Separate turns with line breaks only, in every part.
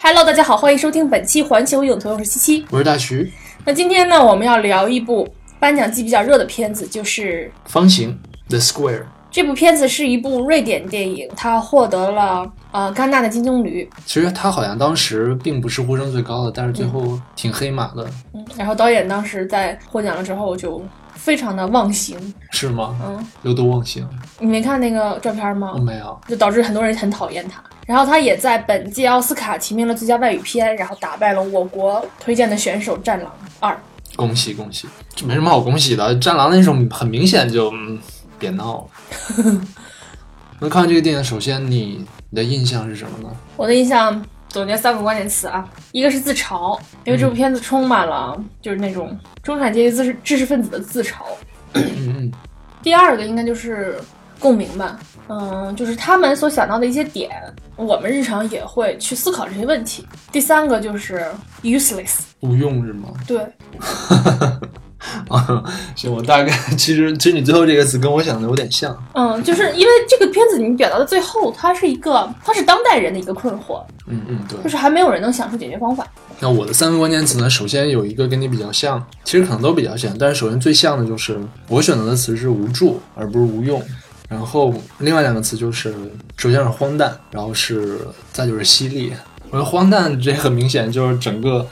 Hello，大家好，欢迎收听本期环球影城，我是七七。
我是大徐，
那今天呢，我们要聊一部颁奖季比较热的片子，就是
方形 The Square，
这部片子是一部瑞典电影，它获得了呃戛纳的金棕榈。
其实他好像当时并不是呼声最高的，但是最后挺黑马的，
嗯，然后导演当时在获奖了之后就非常的忘形，
是吗？
嗯，
刘德忘形，
你没看那个照片吗？
我没有，
就导致很多人很讨厌他。然后他也在本届奥斯卡提名了最佳外语片，然后打败了我国推荐的选手《战狼二》。
恭喜恭喜，这没什么好恭喜的，《战狼》那种很明显就、嗯、别闹了。那看完这个电影，首先你你的印象是什么呢？
我的印象总结三个关键词啊，一个是自嘲，因为这部片子充满了就是那种中产阶级知识知识分子的自嘲。
嗯嗯，
第二个应该就是共鸣吧，嗯，就是他们所想到的一些点，我们日常也会去思考这些问题。第三个就是 useless，
无用是吗？
对，
啊，行，我大概其实其实你最后这个词跟我想的有点像，
嗯，就是因为这个片子你表达的最后，它是一个，它是当代人的一个困惑，
嗯嗯，对
就。是还没有人能想出解决方法。
那我的三个关键词呢，首先有一个跟你比较像，其实可能都比较像，但是首先最像的就是我选择的词是无助，而不是无用。然后另外两个词就是，首先是荒诞，然后是再就是犀利。我觉得荒诞这很明显就是整个，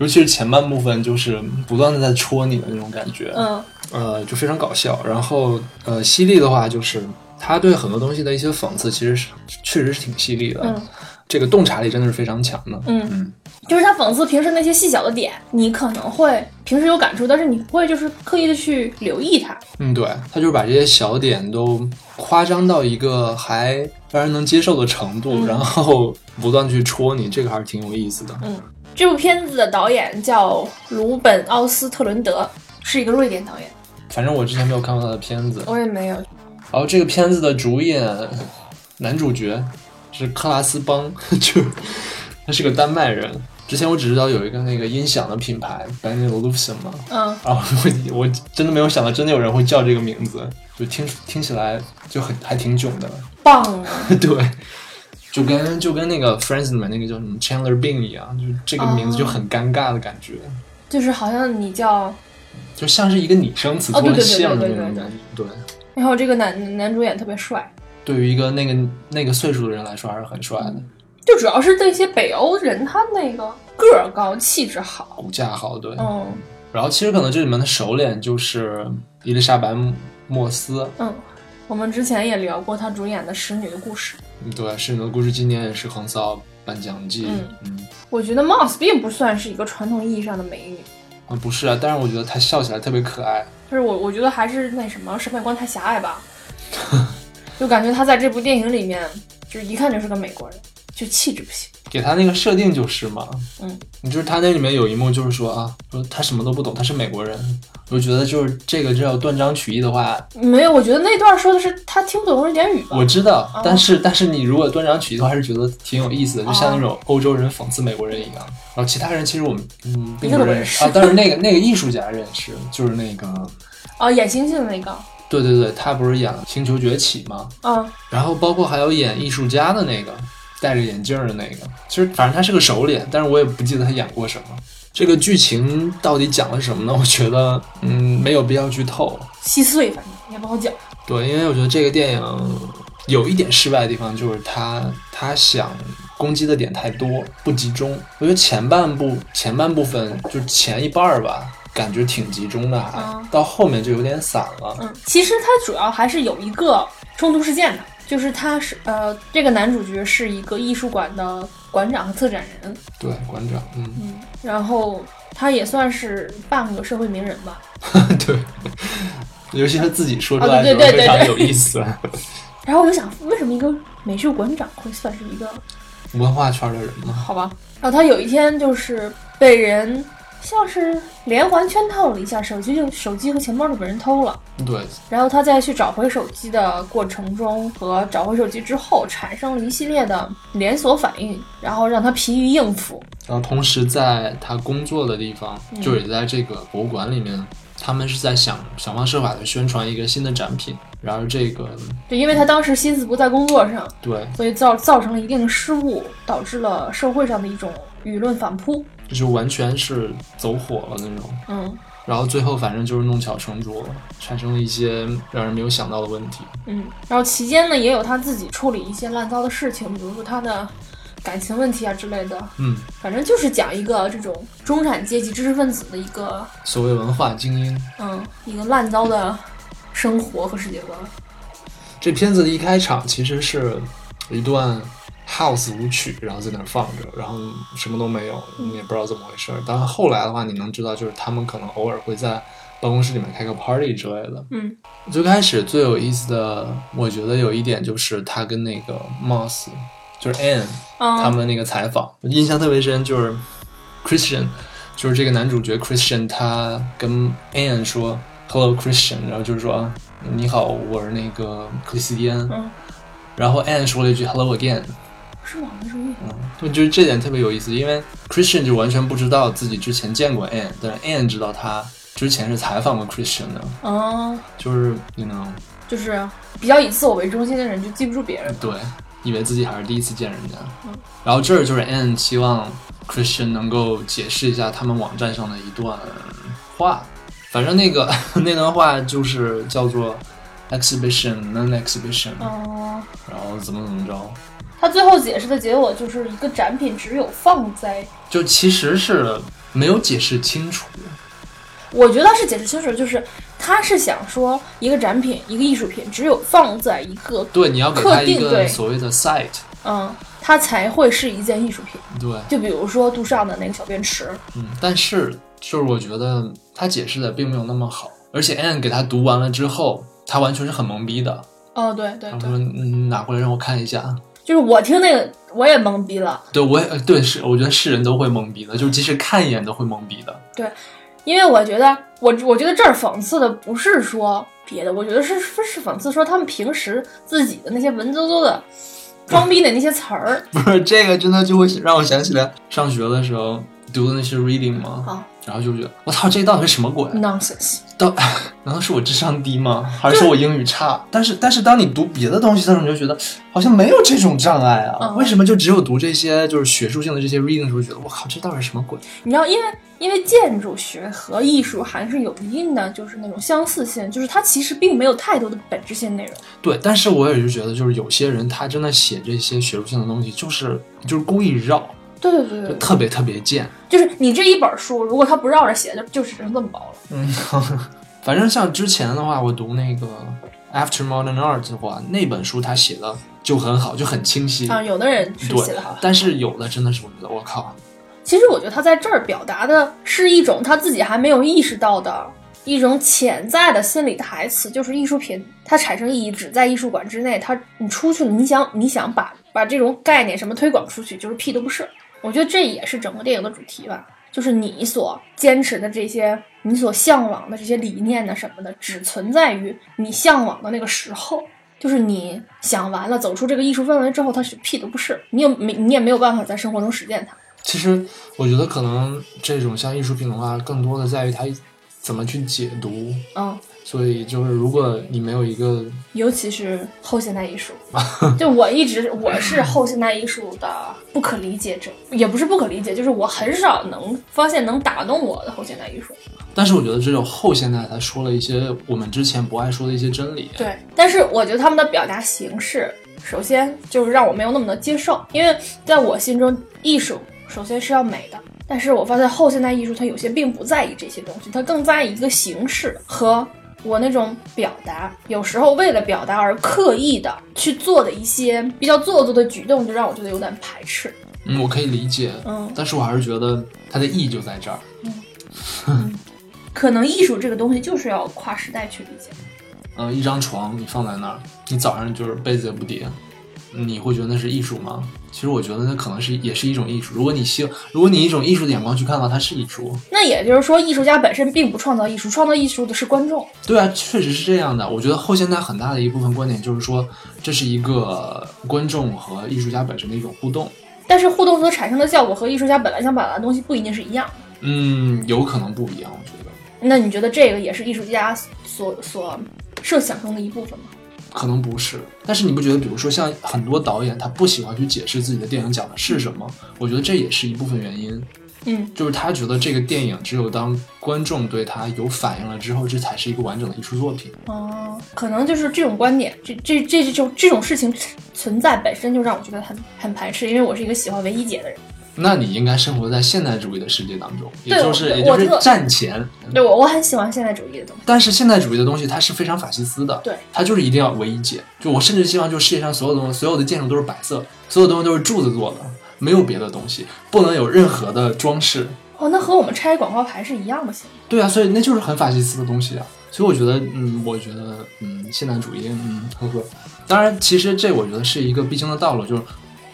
尤其是前半部分，就是不断的在戳你的那种感觉。
嗯
呃，就非常搞笑。然后呃，犀利的话就是他对很多东西的一些讽刺，其实是确实是挺犀利的。
嗯
这个洞察力真的是非常强的。
嗯，就是他讽刺平时那些细小的点，你可能会平时有感触，但是你不会就是刻意的去留意它。
嗯，对，他就是把这些小点都夸张到一个还让人能接受的程度，
嗯
然后不断去戳你，这个还是挺有意思的。
这部片子的导演叫鲁本·奥斯特伦德，是一个瑞典导演。
反正我之前没有看过他的片子，
我也没有，
然后这个片子的主演男主角是克拉斯邦， 就他是个丹麦人。之前我只知道有一个那个音响的品牌 Bang Olufsen 嘛，
嗯，
然后我我真的没有想到真的有人会叫这个名字，就听听起来就很还挺囧的。
棒啊，
对，就跟就跟那个 Friends 里面那个叫什么 Chandler Bing 一样，就这个名字
哦
就很尴尬的感觉，
就是好像你叫，
就像是一个拟声词
哦
做
对
了
对对
像的
对
那
对
种
对
感觉。对，
然后这个男男主演特别帅，
对于一个那个那个岁数的人来说，还是很帅的，
就主要是那些北欧人，他那个个儿高，气质好。
骨架好。对，
嗯
然后其实可能这里面的首脸就是伊丽莎白·莫斯，
嗯，我们之前也聊过他主演的《使女的故事》。
对，是你的故事今年也是横扫颁奖季，
嗯
嗯
我觉得 Moss 并不算是一个传统意义上的美女，
啊不是啊，但是我觉得她笑起来特别可爱，
就是我我觉得还是那什么审美观太狭隘吧， 就感觉她在这部电影里面就是一看就是个美国人，就气质不行。
给他那个设定就是嘛，
嗯，
你就是他那里面有一幕就是说啊，说他什么都不懂，他是美国人，我就觉得就是这个这要断章取义的话，
没有，我觉得那段说的是她听不懂瑞典语吧
我。知道
哦，
但是但是你如果断章取义的话，还是觉得挺有意思的，就像那种欧洲人讽刺美国人一样。然后其他人其实我们嗯并不认识
一
啊，但是那个那个艺术家认识，就是那个
哦，演星星的那个，
对对对，他不是演了《星球崛起》吗？
嗯，
然后包括还有演艺术家的那个，戴着眼镜儿的那个，其实反正他是个熟脸，但是我也不记得他演过什么。这个剧情到底讲了什么呢？我觉得，嗯，没有必要剧透。
稀碎，反正也不好讲。
对，因为我觉得这个电影有一点失败的地方，就是他他想攻击的点太多，不集中。我觉得前半部前半部分就前一半儿吧，感觉挺集中的还，
嗯
到后面就有点散了。
嗯，其实它主要还是有一个冲突事件的，就是他是呃，这个男主角是一个艺术馆的馆长和策展人，
对，馆长，嗯，
嗯，然后他也算是半个社会名人吧。
对，尤其他自己说出
哦
来
对
的时候
对对
非常
对
有意思。
然后我就想，为什么一个美术馆长会算是一个？
文化圈的人嘛，
好吧。然后他有一天就是被人像是连环圈套了一下，手机就手机和钱包就被人偷了。
对，
然后他在去找回手机的过程中和找回手机之后，产生了一系列的连锁反应，然后让他疲于应付。嗯
然后同时在他工作的地方，就也在这个博物馆里面他们是在想想方设法的宣传一个新的展品，然而这个
就因为他当时心思不在工作上，
对，
所以造造成了一定的失误，导致了社会上的一种舆论反扑。
就是完全是走火了那种。
嗯
然后最后反正就是弄巧成拙，产生了一些让人没有想到的问题。
嗯，然后期间呢，也有他自己处理一些乱糟的事情，比如说他的感情问题啊之类的。
嗯，
反正就是讲一个这种中产阶级知识分子的一个
所谓文化精英，
嗯一个烂糟的生活和世界观。
这片子的一开场其实是一段 house 舞曲，然后在那儿放着，然后什么都没有，你也不知道怎么回事儿。但是后来的话，你能知道就是他们可能偶尔会在办公室里面开个 party 之类的。
嗯，
最开始最有意思的，我觉得有一点就是他跟那个 Moss，就是 Anne 他
嗯
们那个采访，我印象特别深，就是 Christian，就是这个男主角 Christian，他跟 Anne 说 “Hello Christian”，然后就是说啊“你好，我是那个克里斯蒂安”，
嗯，
然后 Anne 说了一句 “Hello again”，
是吗？那是玉
嗯，我觉得这点特别有意思，因为 Christian 就完全不知道自己之前见过 Anne，但是 Anne 知道他之前是采访过 Christian 的，
嗯，
就是你能
就是比较以自我为中心的人就记不住别人。
对，以为自己还是第一次见人家。
嗯
然后这儿就是 Anne 希望 Christian 能够解释一下他们网站上的一段话，反正那个 那段话就是叫做 exhibition non exhibition，、
嗯，
然后怎么怎么着，
他最后解释的结果就是一个展品只有放在，
就其实是没有解释清楚。
我觉得是解释清楚，就是他是想说一个展品、一个艺术品只有放在一个
对，你要给他
特
一
定
个
对
所谓的 site，
嗯，它才会是一件艺术品。
对，
就比如说杜尚的那个小便池，
嗯，但是就是我觉得他解释的并没有那么好，而且 Anne 给他读完了之后，他完全是很懵逼的。
哦，对对
然后
对，
说嗯拿过来让我看一下。
就是我听那个我也懵逼了，
对，我也呃对是，我觉得是人都会懵逼的，就即使看一眼都会懵逼的。
因为我觉得我我觉得这儿讽刺的不是说别的，我觉得是是是讽刺说他们平时自己的那些文绉绉的装逼的那些词儿
不是这个真的就会让我想起来上学的时候读的那些 reading 嘛，
啊
然后就觉得我操，这到底是什么鬼？
，nonsense。
到难道是我智商低吗？还是我英语差？但是但是当你读别的东西的时候，你就觉得好像没有这种障碍啊。
嗯
为什么就只有读这些就是学术性的这些 reading 的时候，觉得我靠，这到底是什么鬼？
你知道，因为因为建筑学和艺术还是有一定的就是那种相似性，就是它其实并没有太多的本质性内容。
对，但是我也是觉得，就是有些人他真的写这些学术性的东西，就是就是故意绕，
对对对
就
对对，
特别特别贱。
就是你这一本书，如果它不绕着写，就就只剩这么薄了。
嗯，反正像之前的话，我读那个《After Modern Art》的话，那本书他写的就很好，就很清晰。
啊，有的人是写
对
的好，，
但是有的真的是我觉得我靠，
其实我觉得他在这儿表达的是一种他自己还没有意识到的一种潜在的心理台词，就是艺术品它产生意义只在艺术馆之内，它你出去了，你想你想把把这种概念什么推广出去，就是屁都不是。我觉得这也是整个电影的主题吧，就是你所坚持的这些，你所向往的这些理念呢什么的，只存在于你向往的那个时候。就是你想完了，走出这个艺术氛围之后，它是屁都不是，你也没你也没有办法在生活中实践它。
其实我觉得可能这种像艺术品的话，更多的在于它怎么去解读。
嗯，
所以就是，如果你没有一个
尤其是后现代艺术，就我一直我是后现代艺术的不可理解者，也不是不可理解，就是我很少能发现能打动我的后现代艺术。
但是我觉得只有后现代才说了一些我们之前不爱说的一些真理。
对，但是我觉得他们的表达形式，首先就是让我没有那么的接受，因为在我心中，艺术首先是要美的。但是我发现后现代艺术它有些并不在意这些东西，它更在意一个形式和我那种表达。有时候为了表达而刻意的去做的一些比较做作的举动，就让我觉得有点排斥。
嗯，我可以理解，
嗯，
但是我还是觉得它的意义就在这儿。
可能艺术这个东西就是要跨时代去理解。
嗯，一张床你放在那儿，你早上就是被子也不叠，你会觉得那是艺术吗？其实我觉得那可能是也是一种艺术。如果你希，如果你以一种艺术的眼光去看到它是艺术，
那也就是说，艺术家本身并不创造艺术，创造艺术的是观众。
对啊，确实是这样的。我觉得后现代很大的一部分观点就是说，这是一个观众和艺术家本身的一种互动。
但是互动所产生的效果和艺术家本来想表达的东西不一定是一样的。
嗯，有可能不一样，我觉得。
那你觉得这个也是艺术家所所设想中的一部分吗？
可能不是，但是你不觉得，比如说像很多导演，他不喜欢去解释自己的电影讲的是什么？我觉得这也是一部分原因，
嗯，
就是他觉得这个电影只有当观众对他有反应了之后，这才是一个完整的艺术作品。
哦，可能就是这种观点，这这这这种这种事情存在本身就让我觉得很很排斥，因为我是一个喜欢唯一解的人。
那你应该生活在现代主义的世界当中，也
对
就是
我
也
我
就是
这个
战前。
对我我很喜欢现代主义的东西。
但是现代主义的东西它是非常法西斯的，
对，
它就是一定要唯一解。就我甚至希望，就世界上所有东西，所有的建筑都是白色，所有东西都是柱子做的，没有别的东西，不能有任何的装饰。
哦，那和我们拆广告牌是一样的行为。
对啊，所以那就是很法西斯的东西啊。所以我觉得，嗯，我觉得，嗯，现代主义，嗯，呵呵。当然，其实这我觉得是一个必经的道路，就是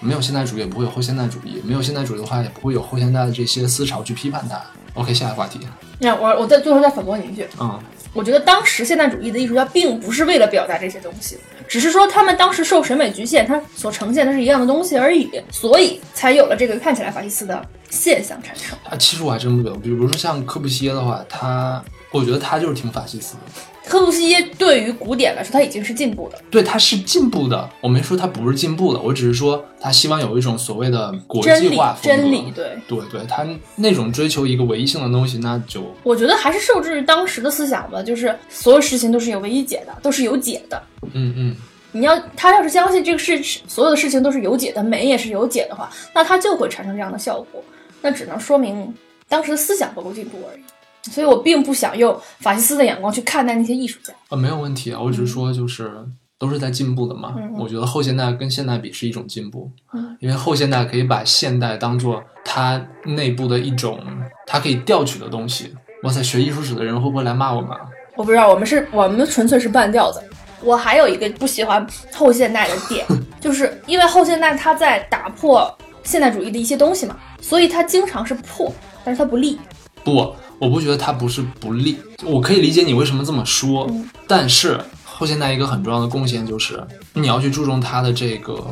没有现代主义也不会有后现代主义，没有现代主义的话也不会有后现代的这些思潮去批判它。OK，下一个话题，
那我我再最后再反驳你一句，
嗯，
我觉得当时现代主义的艺术家并不是为了表达这些东西，只是说他们当时受审美局限，他所呈现的是一样的东西而已，所以才有了这个看起来法西斯的现象产生。
啊，其实我还真不懂，比如说像柯布西耶的话，他，我觉得他就是挺法西斯的，
柯布西耶对于古典来说，他已经是进步的。
对，他是进步的，我没说他不是进步的，我只是说他希望有一种所谓的国
真
际
理
化，风格
真理，对。
对对，他那种追求一个唯一性的东西，那就
我觉得还是受制于当时的思想吧，就是所有事情都是有唯一解的，都是有解的。
嗯嗯，
你要他要是相信这个事，所有的事情都是有解的，美也是有解的话，那他就会产生这样的效果。那只能说明当时的思想不够进步而已。所以我并不想用法西斯的眼光去看待那些艺术家。
呃，没有问题啊，我只是说就是都是在进步的嘛。
嗯嗯嗯
我觉得后现代跟现代比是一种进步，
嗯
因为后现代可以把现代当做它内部的一种，它可以调取的东西。哇塞，学艺术史的人会不会来骂我们啊？
我不知道，我们是我们纯粹是半吊子。我还有一个不喜欢后现代的点，就是因为后现代它在打破现代主义的一些东西嘛，所以它经常是破，但是它不立。
不，我不觉得它不是不利，我可以理解你为什么这么说，
嗯
但是后现代一个很重要的贡献就是，你要去注重它的这个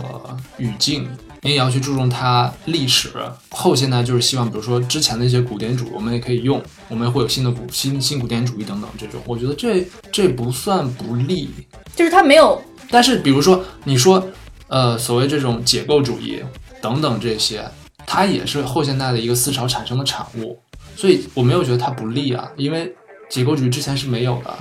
语境。你也要去注重它历史。后现代就是希望，比如说之前的一些古典主义，我们也可以用，我们会有新的古新新古典主义等等这种。我觉得这这不算不利，
就是它没有
但是比如说你说，呃，所谓这种解构主义等等这些，它也是后现代的一个思潮产生的产物，所以我没有觉得它不利啊，因为解构主义之前是没有的。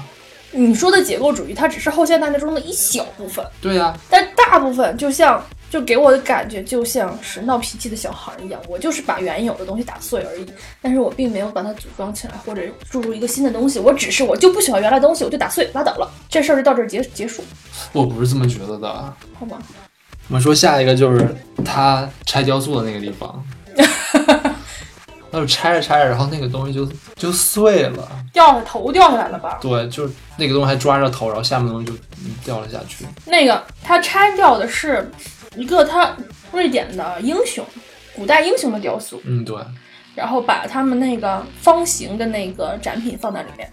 你说的解构主义，它只是后现代中的一小部分，
对啊呀、
但大部分就像就给我的感觉就像是闹脾气的小孩一样，我就是把原有的东西打碎而已，但是我并没有把它组装起来或者注入一个新的东西，我只是我就不喜欢原来的东西，我就打碎拉倒了，这事儿就到这儿结结束，
我不是这么觉得的。
好吗？
我们说下一个就是他拆雕塑的那个地方，他就拆着拆着，然后那个东西就就碎了，
掉下头掉下来了吧？
对，就是那个东西还抓着头，然后下面的东西就嗯掉了下去。
那个他拆掉的是一个他瑞典的英雄，古代英雄的雕塑，
嗯，对，
然后把他们那个方形的那个展品放在里面。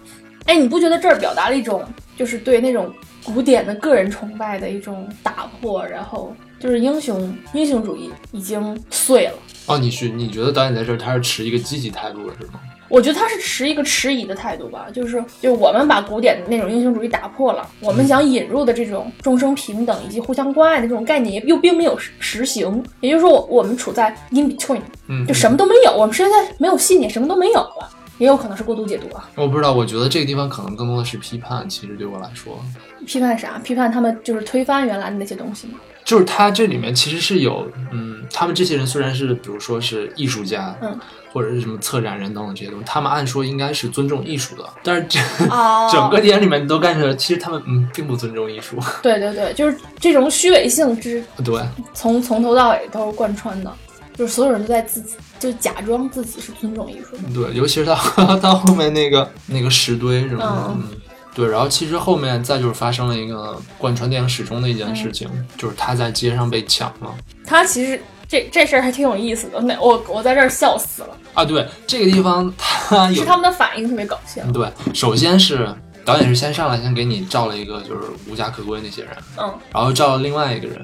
哎，你不觉得这儿表达了一种就是对那种古典的个人崇拜的一种打破，然后就是英雄英雄主义已经碎了。
哦，你是你觉得导演在这儿他是持一个积极态度的是吗？
我觉得他是持一个迟疑的态度吧，就是就我们把古典的那种英雄主义打破了，我们想引入的这种众生平等以及互相关爱的这种概念，又并没有实实行。也就是说我，我们处在 in between，
嗯，
就什么都没有，我们现在没有信念，什么都没有了，也有可能是过度解读啊。
我不知道，我觉得这个地方可能更多的是批判。其实对我来说，
批判啥？批判他们就是推翻原来的那些东西嘛。
就是它这里面其实是有，嗯，他们这些人虽然是，比如说是艺术家，
嗯，
或者是什么策展人等等这些东西，他们按说应该是尊重艺术的，但是这、
哦
整个电影里面都干着，其实他们嗯并不尊重艺术。
对对对，就是这种虚伪性之
对，
从从头到尾都是贯穿的，就是所有人都在自己就假装自己是尊重艺术的。
对，尤其是他到 后面那个那个石堆什么的，
嗯
嗯，对，然后其实后面再就是发生了一个贯穿电影始终的一件
嗯
事情，就是他在街上被抢了。
他其实这这事儿还挺有意思的，那我我在这儿笑死了，
啊，对，这个地方他有
是他们的反应特别搞笑。
对，首先是导演是先上来先给你照了一个就是无家可归那些人，
嗯
然后照了另外一个人，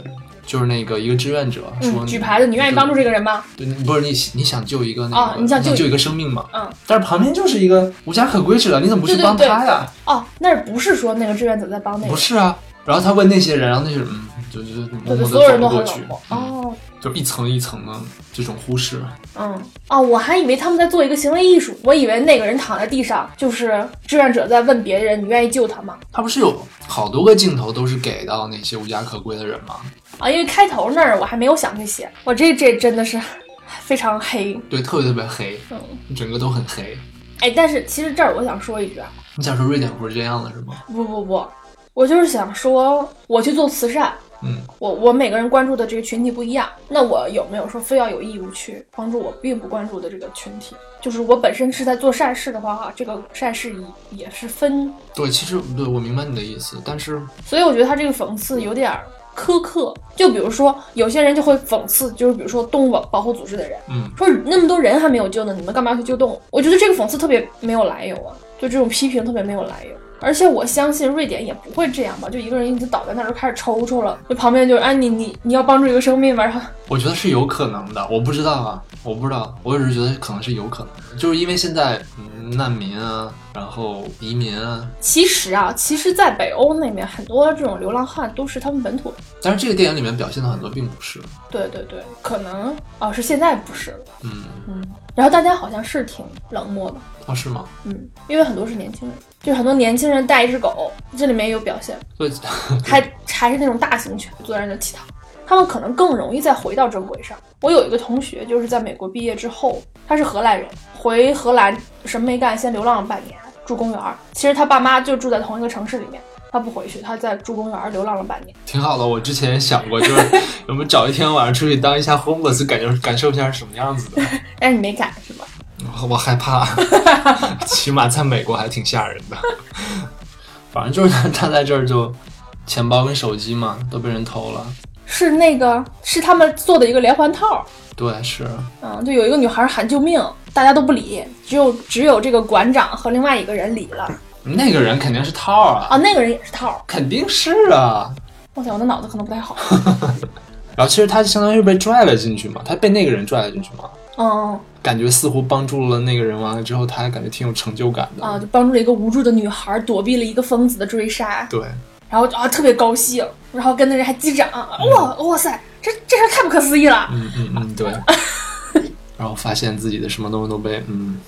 就是那个一个志愿者说
嗯，举牌子，你愿意帮助这个人吗？
对，你不是你你想救一个那
哦
个，
你想救
救一个生命嘛？
嗯，
但是旁边就是一个无家可归者，你怎么不去
对对
帮
对
他呀？
哦，那不是说那个志愿者在帮那个
不
人，
是啊，然后他问那些人，然后那些人嗯，就就就默
对对，
默
所有
的
人
走
都
过
很
去
冷漠。，
嗯
哦，
就一层一层的这种忽视。
嗯，哦，我还以为他们在做一个行为艺术，我以为那个人躺在地上，就是志愿者在问别人你愿意救他吗？
他不是有好多个镜头都是给到那些无家可归的人吗？
啊，因为开头那儿我还没有想这些，我这这真的是非常黑。
对，特别特别黑，
嗯，
整个都很黑。
哎，但是其实这儿我想说一句啊，
你想说瑞典不是这样的是吗？
不不不，我就是想说，我去做慈善，
嗯，
我我每个人关注的这个群体不一样，那我有没有说非要有义务去帮助我并不关注的这个群体？就是我本身是在做善事的话，哈，这个善事也也是分，
对，其实对我明白你的意思，但是
所以我觉得他这个讽刺有点儿苛刻。就比如说，有些人就会讽刺，就是比如说动物保保护组织的人，
嗯，
说那么多人还没有救呢，你们干嘛要去救动物？我觉得这个讽刺特别没有来由啊，就这种批评特别没有来由。而且我相信瑞典也不会这样吧，就一个人一直倒在那儿就开始抽抽了，就旁边就是哎你你你要帮助一个生命吧，然后
我觉得是有可能的，我不知道啊，我不知道，我只是觉得可能是有可能的，就是因为现在、嗯、难民啊，然后移民啊，
其实啊，其实，在北欧那边很多这种流浪汉都是他们本土人。
但是这个电影里面表现的很多并不是，
对对对，可能哦是现在不是了，
嗯，
嗯。然后大家好像是挺冷漠的，
哦是吗？
嗯，因为很多是年轻人，就是很多年轻人带一只狗，这里面也有表现，
对，
还还是那种大型犬，坐在那儿乞讨，他们可能更容易再回到正轨上。我有一个同学，就是在美国毕业之后，他是荷兰人，回荷兰什么没干，先流浪了半年，住公园儿。其实他爸妈就住在同一个城市里面，他不回去，他在住公园儿流浪了半年。
挺好的。我之前也想过，就是 我们找一天晚上出去当一下 homeless，感觉感受一下是什么样子的。
但是你没敢是吧？
我我害怕， 起码在美国还挺吓人的。反正就是他他在这儿就钱包跟手机嘛都被人偷了。
是那个是他们做的一个连环套，
对，是
嗯，就有一个女孩喊救命，大家都不理，只有只有这个馆长和另外一个人理了
那个人肯定是套儿啊，
啊，那个人也是套儿。
肯定是啊。
哇塞，我的脑子可能不太好。
然后其实他相当于被拽了进去嘛，他被那个人拽了进去嘛，
嗯
感觉似乎帮助了那个人，完了之后他还感觉挺有成就感的。
啊，就帮助了一个无助的女孩躲避了一个疯子的追杀，
对，
然后啊特别高兴，然后跟那人还击掌，哇哇塞，这这事儿太不可思议了。
嗯嗯 嗯，对。然后发现自己的什么东西都被嗯，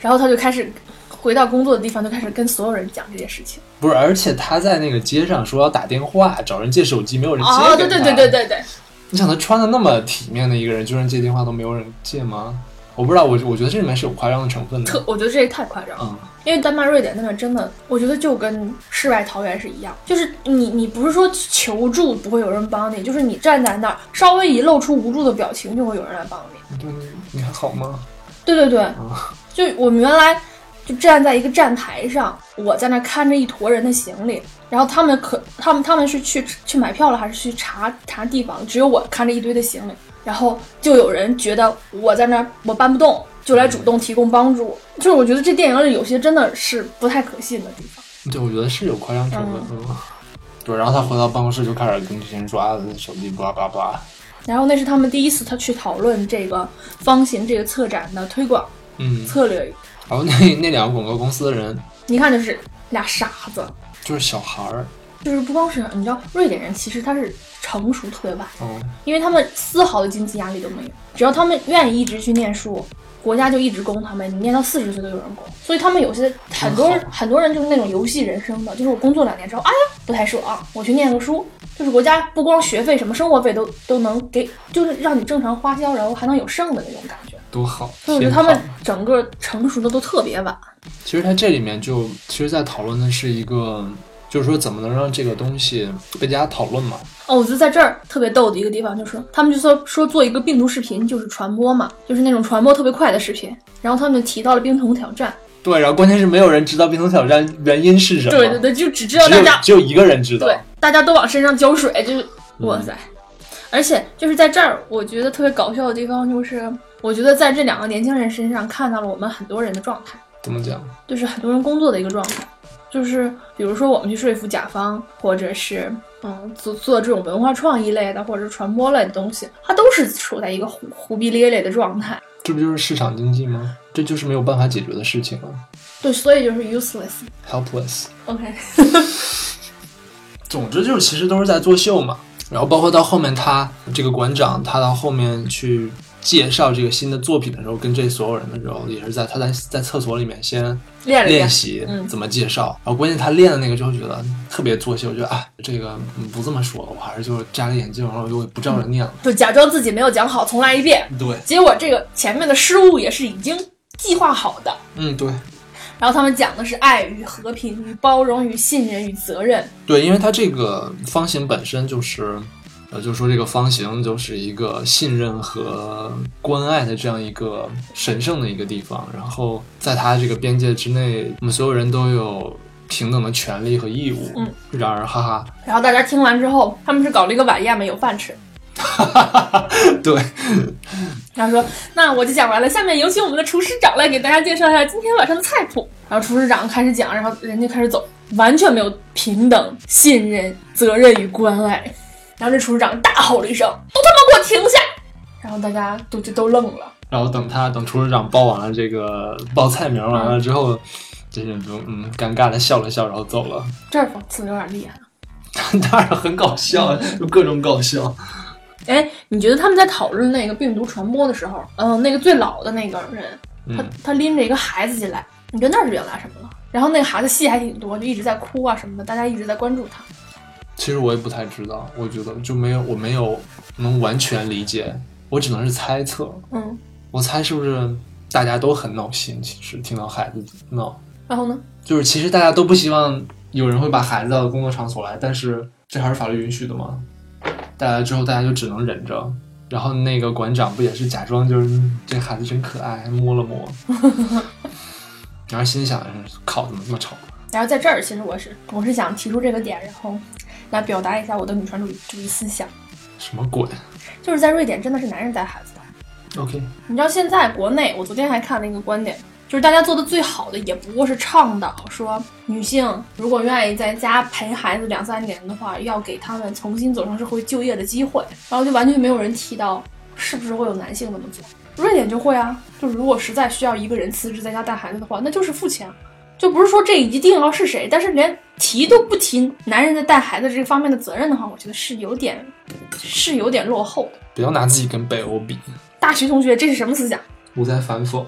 然后他就开始回到工作的地方，就开始跟所有人讲这件事情。
不是，而且他在那个街上说要打电话找人借手机，没有人接。
哦，对对对对。对对，
嗯你想他穿的那么体面的一个人，居然接电话都没有人接吗？我不知道，我我觉得这里面是有夸张的成分的。
特我觉得这也太夸张了。
嗯，
因为丹麦、瑞典那边真的，我觉得就跟世外桃源是一样，就是你你不是说求助不会有人帮你，就是你站在那儿稍微一露出无助的表情，就会有人来帮你。
对，你你还好吗？
对对对，就我们原来就站在一个站台上，我在那看着一坨人的行李，然后他们可他们他们是去去买票了，还是去查查地方？只有我看着一堆的行李，然后就有人觉得我在那儿我搬不动，就来主动提供帮助。就是我觉得这电影里有些真的是不太可信的地方。
对，我觉得是有夸张成分。嗯，对，然后他回到办公室就开始跟这些人说啊，手机巴拉巴拉巴拉。
然后那是他们第一次他去讨论这个方形这个策展的推广
嗯，
策略，
然后那那两个广告公司的人
一看就是俩傻子。
就是小孩儿，
就是不光是你知道，瑞典人其实他是成熟特别晚，
嗯，
因为他们丝毫的经济压力都没有，只要他们愿意一直去念书，国家就一直供他们，你念到四十岁都有人供。所以他们有些很多人
真
很多人就是那种游戏人生的，就是我工作两年之后，哎呀不太爽、我去念个书，就是国家不光学费什么生活费都都能给，就是让你正常花销，然后还能有剩的那种感觉。
多好。
所以我觉
挺
得他们
好
整个成熟的都特别晚。
其实它这里面就其实，在讨论的是一个，就是说怎么能让这个东西被大家讨论嘛。
哦，我觉得在这儿特别逗的一个地方就是，他们就说说做一个病毒视频就是传播嘛，就是那种传播特别快的视频。然后他们就提到了冰桶挑战，
对，然后关键是没有人知道冰桶挑战原因是什么。
对对对，就只知道
只
大
有
家
只有一个人知道。嗯
对大家都往身上浇水，就是哇塞！而且就是在这儿，我觉得特别搞笑的地方就是，我觉得在这两个年轻人身上看到了我们很多人的状态，
怎么讲？
就是很多人工作的一个状态。就是比如说我们去说服甲方，或者是嗯做做这种文化创意类的，或者是传播类的东西，它都是处在一个胡胡逼咧咧的状态。
这不就是市场经济吗？这就是没有办法解决的事情了
对，所以就是 useless。
，helpless。
OK，
总之就是其实都是在作秀嘛。然后包括到后面他这个馆长，他到后面去介绍这个新的作品的时候，跟这所有人的时候，也是在他在在厕所里面先
练了一
练
练，
习
嗯
怎么介绍。然后关键他练的那个之后，觉得特别作秀，觉得啊这个嗯不这么说了，我还是就摘了眼镜，然后就不照着念了。
就假装自己没有讲好，重来一遍。
嗯对，
结果这个前面的失误也是已经计划好的。
嗯对。
然后他们讲的是爱与和平与包容与信任与责任。
对，因为它这个方形本身就是，呃，就是说这个方形就是一个信任和关爱的这样一个神圣的一个地方，然后在它这个边界之内，我们所有人都有平等的权利和义务。
嗯，
然而，哈哈，
然后大家听完之后，他们是搞了一个晚宴嘛，有饭吃。
对，
然后说：“那我就讲完了，下面有请我们的厨师长来给大家介绍一下今天晚上的菜谱。”然后厨师长开始讲，然后人就开始走，完全没有平等、信任、责任与关爱。然后这厨师长大吼了一声：“都他妈给我停下！”然后大家都就都愣了。
然后等他等厨师长报完了这个报菜名完了之后，这些人就嗯尴尬的笑了笑，然后走了。
这讽刺的有点厉害。啊
当然很搞笑，就各种搞笑。
哎，你觉得他们在讨论那个病毒传播的时候，嗯、那个最老的那个人，他
嗯，
他拎着一个孩子进来，你觉得那是原来什么了？然后那个孩子戏还挺多，就一直在哭啊什么的，大家一直在关注他。
其实我也不太知道，我觉得就没有，我没有能完全理解，我只能是猜测。
嗯，
我猜是不是大家都很闹心？其实听到孩子闹，
然后呢？
就是其实大家都不希望有人会把孩子带到工作场所来，但是这还是法律允许的嘛。带来之后，大家就只能忍着。然后那个馆长不也是假装就是嗯这孩子真可爱，还摸了摸，然后心里想的是靠，怎么这么丑？
然后在这儿，其实我是我是想提出这个点，然后来表达一下我的女权主义主义思想，
什么鬼
就是在瑞典真的是男人带孩子的。
？OK，
你知道现在国内，我昨天还看了一个观点，就是大家做的最好的也不过是倡导说，女性如果愿意在家陪孩子两三年的话，要给他们重新走上社会就业的机会，然后就完全没有人提到是不是会有男性那么做。瑞典就会啊，就是如果实在需要一个人辞职在家带孩子的话，那就是付钱，就不是说这一定要是谁，但是连提都不提男人在带孩子这方面的责任的话，我觉得是有点是有点落后的。
不要拿自己跟北欧比，
大徐同学，这是什么思想？
我在反讽。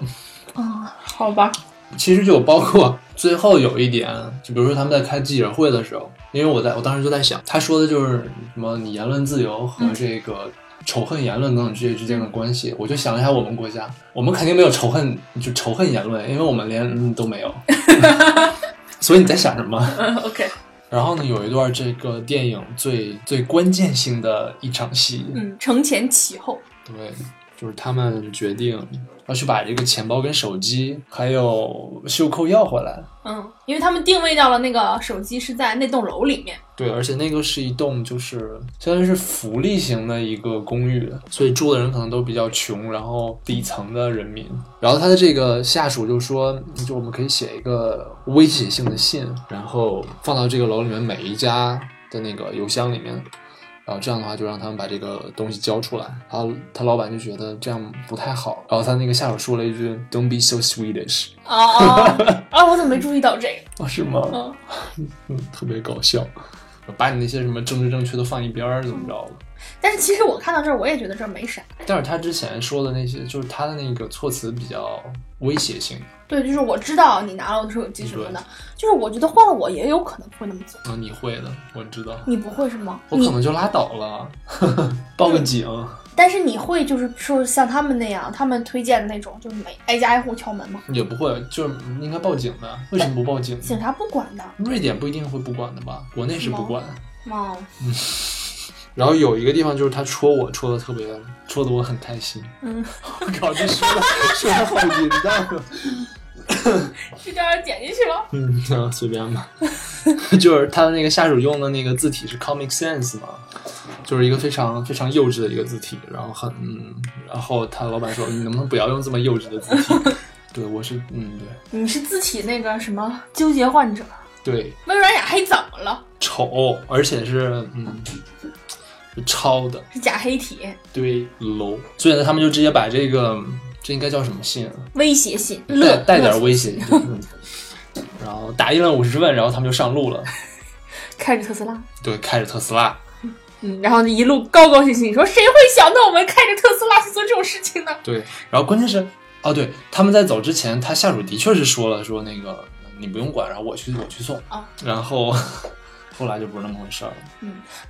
啊，好吧，
其实就有包括最后有一点，就比如说他们在开记者会的时候，因为我在我当时就在想，他说的就是什么你言论自由和这个仇恨言论等等这些之间的关系，我就想了一下我们国家，我们肯定没有仇恨，就仇恨言论，因为我们连嗯都没有， 所以你在想什么？
嗯，OK，
然后呢，有一段这个电影最最关键性的一场戏，
嗯，承前启后，
对，就是他们决定要去把这个钱包跟手机还有袖扣要回来。
嗯，因为他们定位到了那个手机是在那栋楼里面，
对，而且那个是一栋就是相当于是福利型的一个公寓，所以住的人可能都比较穷，然后底层的人民。然后他的这个下属就说，就我们可以写一个威胁性的信，然后放到这个楼里面每一家的那个邮箱里面，然后这样的话就让他们把这个东西交出来。然后他老板就觉得这样不太好，然后他那个下属说了一句，Don't be so Swedish。
哦 哦，啊，我怎么没注意到这个？
哦，是吗？
嗯，
嗯，特别搞笑，把你那些什么政治正确都放一边儿，怎么着了？
但是其实我看到这儿，我也觉得这儿没啥，
但是他之前说的那些，就是他的那个措辞比较威胁性。
对，就是我知道你拿了我的手机什么的，就是我觉得换了我也有可能会那么做，
嗯，你会的，我知道。
你不会是吗？
我可
你
能就拉倒 了，报个警。
但是你会就是说像他们那样，他们推荐的那种，就是每挨家挨户敲门吗？
也不会，就是应该报警的。为什么不报警呢？
警察不管的，
瑞典不一定会不管的吧？国内是不管。
哦，
然后有一个地方就是他戳我，戳的特别，戳的我很开心。
嗯，
我靠，这说的说的好淫荡啊！
这段要剪进去了，
嗯， 啊随便吧。就是他的那个下属用的那个字体是 Comic Sans 嘛，就是一个非常非常幼稚的一个字体。然后很，嗯，然后他老板说，你能不能不要用这么 幼稚的字体？对，我是，嗯，对，
你是自己那个什么纠结患者。
对，
微软雅黑怎么了？
丑，而且是嗯，是抄的，
是假黑体、
对 low，所以呢，他们就直接把这个这应该叫什么信啊？
威胁信、
带
乐
带点
乐
威胁，嗯 然后打印了五十问，然后他们就上路了，
开着特斯拉，
对，开着特斯拉，
嗯，然后一路高高兴兴，你说谁会想到我们开着特斯拉去做这种事情呢？
对，然后关键是，哦，对，他们在走之前，他下属的确是说了，说那个你不用管，然后我去我去送，
啊
然 后后来就不是那么回事儿了，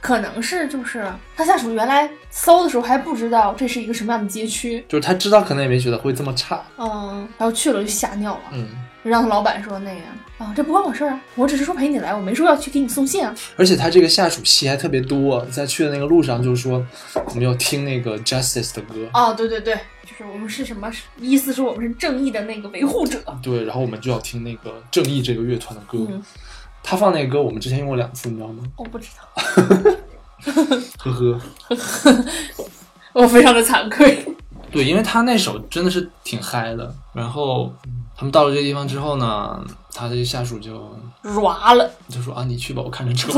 可能是就是他下属原来搜的时候还不知道这是一个什么样的街区，
就是他知道可能也没觉得会这么差，
嗯，然后去了就吓尿了，
嗯，
让他老板说那个啊，这不关我事儿啊，我只是说陪你来，我没说要去给你送信啊。
而且他这个下属戏还特别多，在去的那个路上就说我们要听那个 Justice 的歌，
哦，对对对，就是我们是什么意思？是我们是正义的那个维护者。
对，然后我们就要听那个正义这个乐团的歌，
嗯，
他放那个歌我们之前用过两次，你知道吗？
我不知道，
呵呵。
我非常的惭愧。
对，因为他那首真的是挺嗨的。然后他们到了这个地方之后呢，他的下属就
软了。
就说啊，你去吧，我看 着车。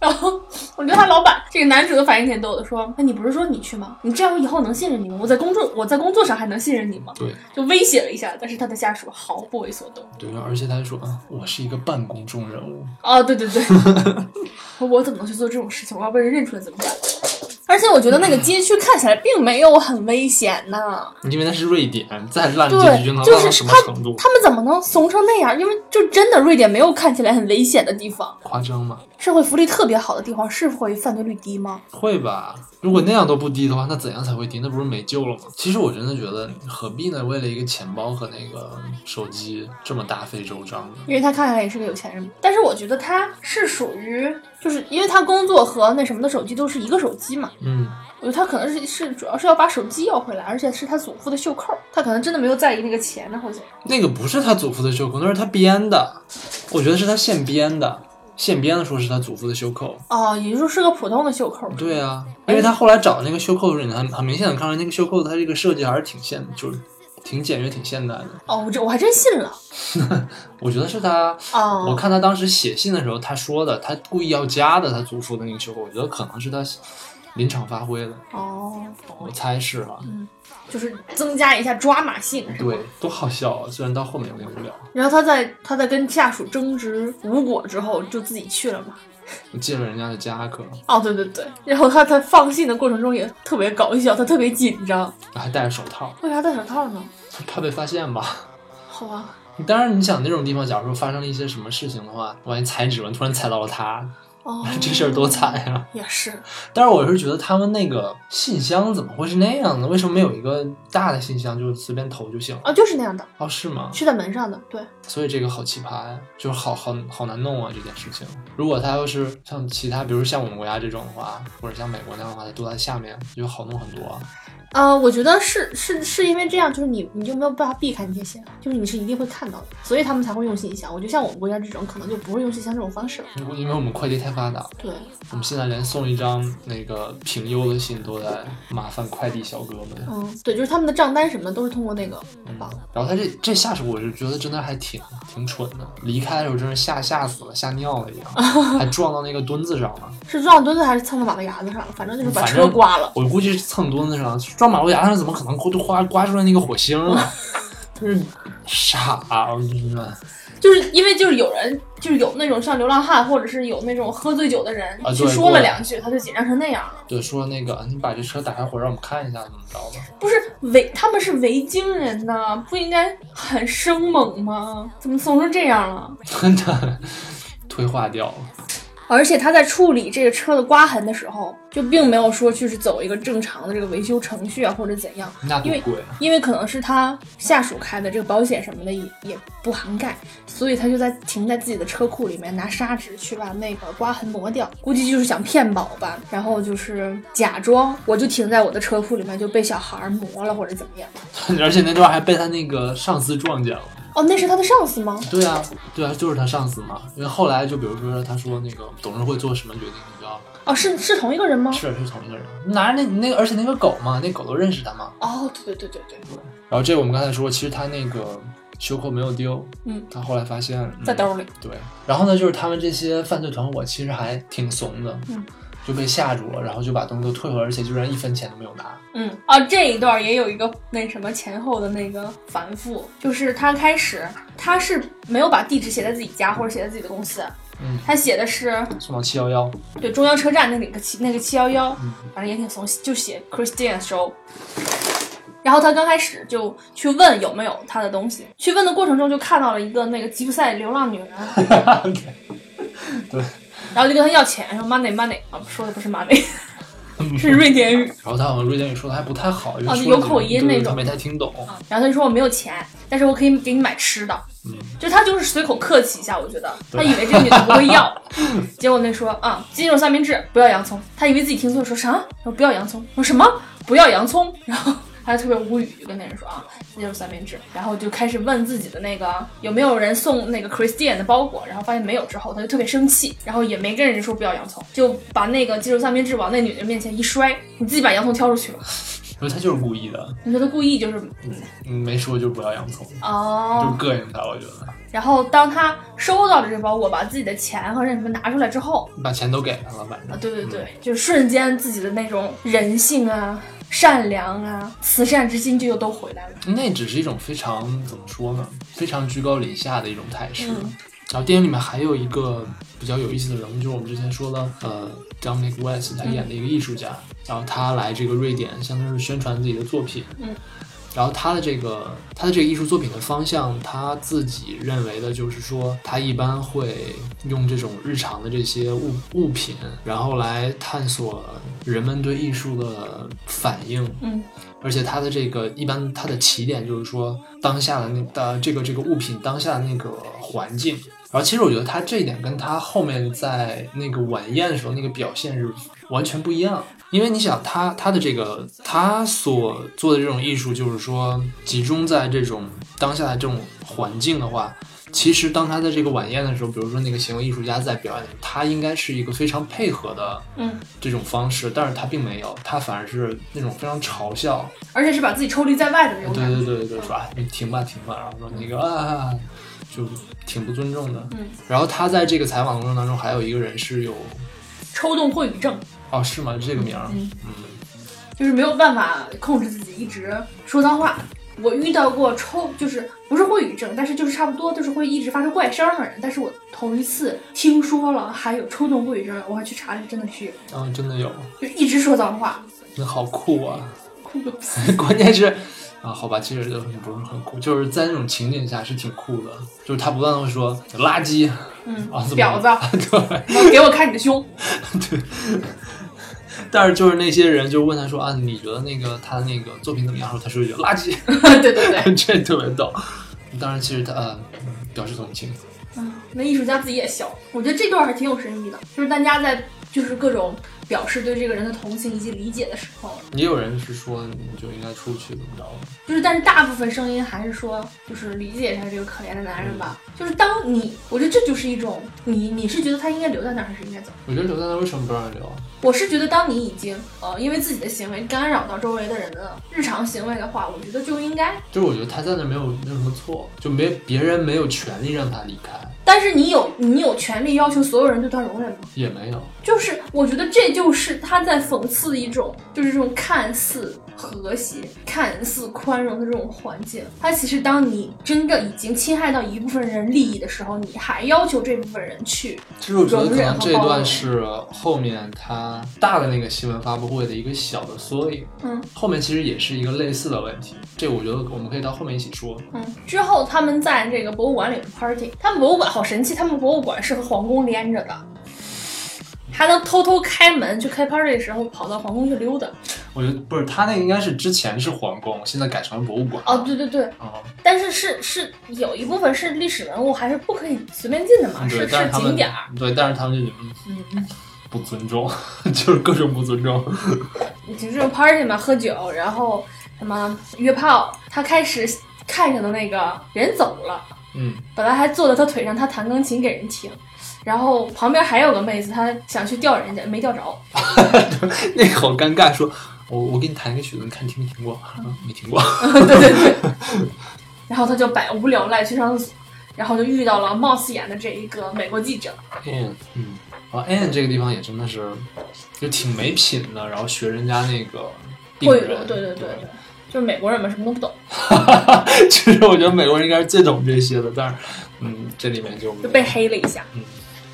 然后我觉得他老板这个男主的反应挺逗的，说：“那你不是说你去吗？你这样我以后能信任你吗？我在工作我在工作上还能信任你吗
对？”
就威胁了一下，但是他的下属毫不为所动。
对，而且他还说啊，我是一个半公众人物。
哦，对对对，我怎么能去做这种事情？我要被人认出来怎么办？而且我觉得那个街区看起来并没有很危险呢。
因为那是瑞典，再烂的
对
结局能
就是
烂到什么
他
程度？
他们怎么能怂成那样？因为就真的瑞典没有看起来很危险的地方，
夸张吗？
社会福利特别好的地方，是会犯罪率低吗？
会吧？如果那样都不低的话，那怎样才会低？那不是没救了吗？其实我真的觉得，何必呢？为了一个钱包和那个手机这么大费周章呢？
因为他看起来也是个有钱人，但是我觉得他是属于，就是因为他工作和那什么的手机都是一个手机嘛，
嗯，
我觉得他可能是是主要是要把手机要回来，而且是他祖父的袖扣，他可能真的没有在意那个钱呢，或者
那个不是他祖父的袖口，那是他编的，我觉得是他现编的，现编的说是他祖父的袖口。
哦，也就是说是个普通的袖扣，
对啊，因为他后来找那个袖扣的时候，你很很明显的看出来那个袖扣它这个设计还是挺现，就是挺简约、挺现代的。
哦，我这我还真信了，
我觉得是他，我
哦，
看他当时写信的时候他说的，他故意要加的他祖父的那个袖口，我觉得可能是他临场发挥的，
哦，
我猜是啊。
就是增加一下抓马性，
对，多好笑啊！虽然到后面有点无聊，
然后他在他在跟下属争执无果之后，就自己去了嘛。
我借了人家的夹克，
哦，对对对，然后他在放信的过程中也特别搞笑，他特别紧张，
还戴着手套，
为啥戴手套呢？
怕被发现吧。
好吧，
当然，你想那种地方，假如说发生了一些什么事情的话，万一踩指纹突然踩到了他，
哦
，这事儿多惨呀、
也是，
但是我是觉得他们那个信箱怎么会是那样呢？为什么没有一个大的信箱，就是随便投就行了？
啊，就是那样的，
哦，是吗？
是在门上的，对，
所以这个好奇葩呀，就是好好好难弄啊这件事情。如果他要是像其他，比如像我们国家这种的话，或者像美国那样的话，它都在下面，就好弄很多啊。
呃，我觉得是是是因为这样，就是你你就没有办法避开那些信，就是你是一定会看到的，所以他们才会用信箱。我觉得像我们国家这种，可能就不会用信箱这种方式了。
因为因为我们快递太发达了，
对，
我们现在连送一张那个评优的信都得麻烦快递小哥们。
嗯，对，就是他们的账单什么的都是通过那个
嗯
绑的。
然后他这这下属，我是觉得真的还挺挺蠢的。离开的时候真是吓吓死了，吓尿了 一样，还撞到那个墩子上了。
是撞墩子还是蹭到马路牙子上了？反正就是把
反
车
正
刮了。
我估计是蹭墩子上，撞马路牙上怎么可能刮刮刮出来那个火星 啊？就是傻，啊我跟你说，
就是因为就是有人就是有那种像流浪汉，或者是有那种喝醉酒的人
啊对
去说了
对
两句，他就紧张成那样了。
就说那个你把这车打开火，让我们看一下怎么着吧。
不是维他们是维京人呐，不应该很生猛吗？怎么怂成这样啊了？
真的退化掉了。
而且他在处理这个车的刮痕的时候，就并没有说就是走一个正常的这个维修程序啊，或者怎样，
那多
因为
贵啊！
因为可能是他下属开的，这个保险什么的也也不涵盖，所以他就在停在自己的车库里面拿砂纸去把那个刮痕磨掉，估计就是想骗保吧，然后就是假装我就停在我的车库里面就被小孩儿磨了或者怎么样。
而且那段还被他那个上司撞见了。
哦，那是他的上司吗？
对啊，对啊，就是他上司嘛。因为后来就比如说他说那个董事会做什么决定，你知道吗？
哦，是是同一个人吗？
是是同一个人，拿着那那个，而且那个狗嘛，那狗都认识他嘛。嗯
哦，对对对对对，
然后这个我们刚才说，其实他那个袖扣没有丢，
嗯，
他后来发现
在
嗯
兜里，
对，然后呢，就是他们这些犯罪团伙其实还挺怂的，
嗯
就被吓住了，然后就把东西都退回来，而且居然一分钱都没有拿。
嗯，啊，这一段也有一个那什么前后的那个反复，就是他开始他是没有把地址写在自己家或者写在自己的公司，
嗯，
他写的是
送到七幺 幺，
对中央车站那里个七那个七幺幺
嗯，
反正也挺怂，就写 Christian Show。然后他刚开始就去问有没有他的东西，去问的过程中就看到了一个那个吉普赛流浪女 人，然后就跟他要钱，说 money money 啊，说的不是 money，是瑞典语。
然后他好像瑞典语说的还不太好，因为
啊
说了
有口音
几句
那
他
种哦
没太听懂。
然后他就说我没有钱，但是我可以给你买吃的。
嗯，
就他就是随口客气一下，我觉得他
对
以为这个女的不会 要，结果那说啊，鸡肉三明治不要洋葱，他以为自己听错，说啥？说不要洋葱，我说什么不要洋葱，然后。他就特别无语，就跟那人说啊，鸡肉三明治，然后就开始问自己的那个有没有人送那个 Christian 的包裹，然后发现没有之后，他就特别生气，然后也没跟人说不要洋葱，就把那个鸡肉三明治往那女的面前一摔，你自己把洋葱挑出去吧。
所以他就是故意的，
你说他故意就是
嗯，没说就不要洋葱，
哦，
就膈应他。我觉得
然后当他收到了这包裹，把自己的钱和那什么拿出来之后，
把钱都给他了，反
啊，
正
对对对，就瞬间自己的那种人性啊、善良啊、慈善之心就又都回来了。
那只是一种非常怎么说呢，非常居高临下的一种态势。
嗯
然后电影里面还有一个比较有意思的人物，就是我们之前说的，呃，Dominic West，他演的一个艺术家，然后他来这个瑞典，相当于是宣传自己的作品。
嗯。
然后他的这个他的这个艺术作品的方向，他自己认为的就是说，他一般会用这种日常的这些物物品，然后来探索人们对艺术的反应。
嗯
而且它的这个一般它的起点就是说当下的那呃这个这个物品当下的那个环境。然后其实我觉得它这一点跟它后面在那个晚宴的时候那个表现是完全不一样，因为你想他他的这个他所做的这种艺术，就是说集中在这种当下的这种环境的话。其实，当他在这个晚宴的时候，比如说那个行为艺术家在表演的时候，他应该是一个非常配合的
嗯，
这种方式，但是他并没有，他反而是那种非常嘲笑，
而且是把自己抽离在外的那种
对
感觉。
对对对对，说啊，你停吧停吧，然后说那个啊，就挺不尊重的。
嗯，
然后他在这个采访的过程当中，还有一个人是有，
抽动过语症，
哦，是吗？这个名儿，
嗯
嗯，
就是没有办法控制自己一直说脏话。我遇到过抽，就是不是会语症，但是就是差不多，就是会一直发出怪声的人。但是我头一次听说了还有抽动过语症，我还去查了，真的是有，
然后真的有，
就一直说脏话，
那好酷啊！
哭个屁。
关键是啊，好吧，其实就不是很酷，就是在那种情景下是挺酷的，就是他不断的会说垃圾，
嗯
啊，怎
婊
么
子，
对。
给我看你的 胸。
但是就是那些人就问他说啊，你觉得那个他那个作品怎么样？然后他说一句垃圾，
对对对，
这特别逗。当然，其实他呃表示同情。
嗯，那艺术家自己也笑，我觉得这段还挺有深意的，就是大家在就是各种表示对这个人的同情以及理解的时候，
也有人是说你就应该出去怎么着？
就是但是大部分声音还是说就是理解一下这个可怜的男人吧。
嗯
就是当你，我觉得这就是一种你你是觉得他应该留在那儿还是应该走？
我觉得留在那为什么不让人留？啊
我是觉得，当你已经呃因为自己的行为干扰到周围的人的日常行为的话，我觉得就应该。
就是我觉得他在那没有没有什么错，就没别人没有权利让他离开，
但是你有你有权利要求所有人对他容忍吗？
也没有。
就是我觉得这就是他在讽刺一种，就是这种看似和谐、看似宽容的这种环境。他其实当你真正已经侵害到一部分人利益的时候，你还要求这部分人去，
其实我觉得可能这段是后面他大的那个新闻发布会的一个小的缩影，
嗯
后面其实也是一个类似的问题。这我觉得我们可以到后面一起说。
嗯。之后他们在这个博物馆里面 party，他们博物馆好神奇，他们博物馆是和皇宫连着的。还能偷偷开门去开 party 的时候，跑到皇宫去溜达。
我觉得不是他那个应该是之前是皇宫，现在改成了博物馆。
哦，对对对，
哦，
但是是是有一部分是历史文物，还是不可以随便进的嘛？
嗯对，
是
但
是
啊是他
景
们
点儿。
对，但是他们就觉得嗯
嗯，
不尊重， 就是各种不尊重。
就这种 party 嘛，喝酒，然后什么约炮，他开始看上的那个人走了，
嗯，
本来还坐在他腿上，他弹钢琴给人听，然后旁边还有个妹子，他想去钓人家，没钓着，
那个好尴 尬，说我我给你弹一个曲子，你看听没听过？没听过。
对对对。然后他就百无聊赖去上厕所，然后就遇到了貌似演的这一个美国记者。
Anne，嗯，然后 Anne 这个地方也真的是就挺没品的，然后学人家那个病
会
人，
对对对对， 就是美国人嘛，什么都不懂，
其实我觉得美国人应该是最懂这些的，但是嗯，这里面就
就被黑了一下
嗯。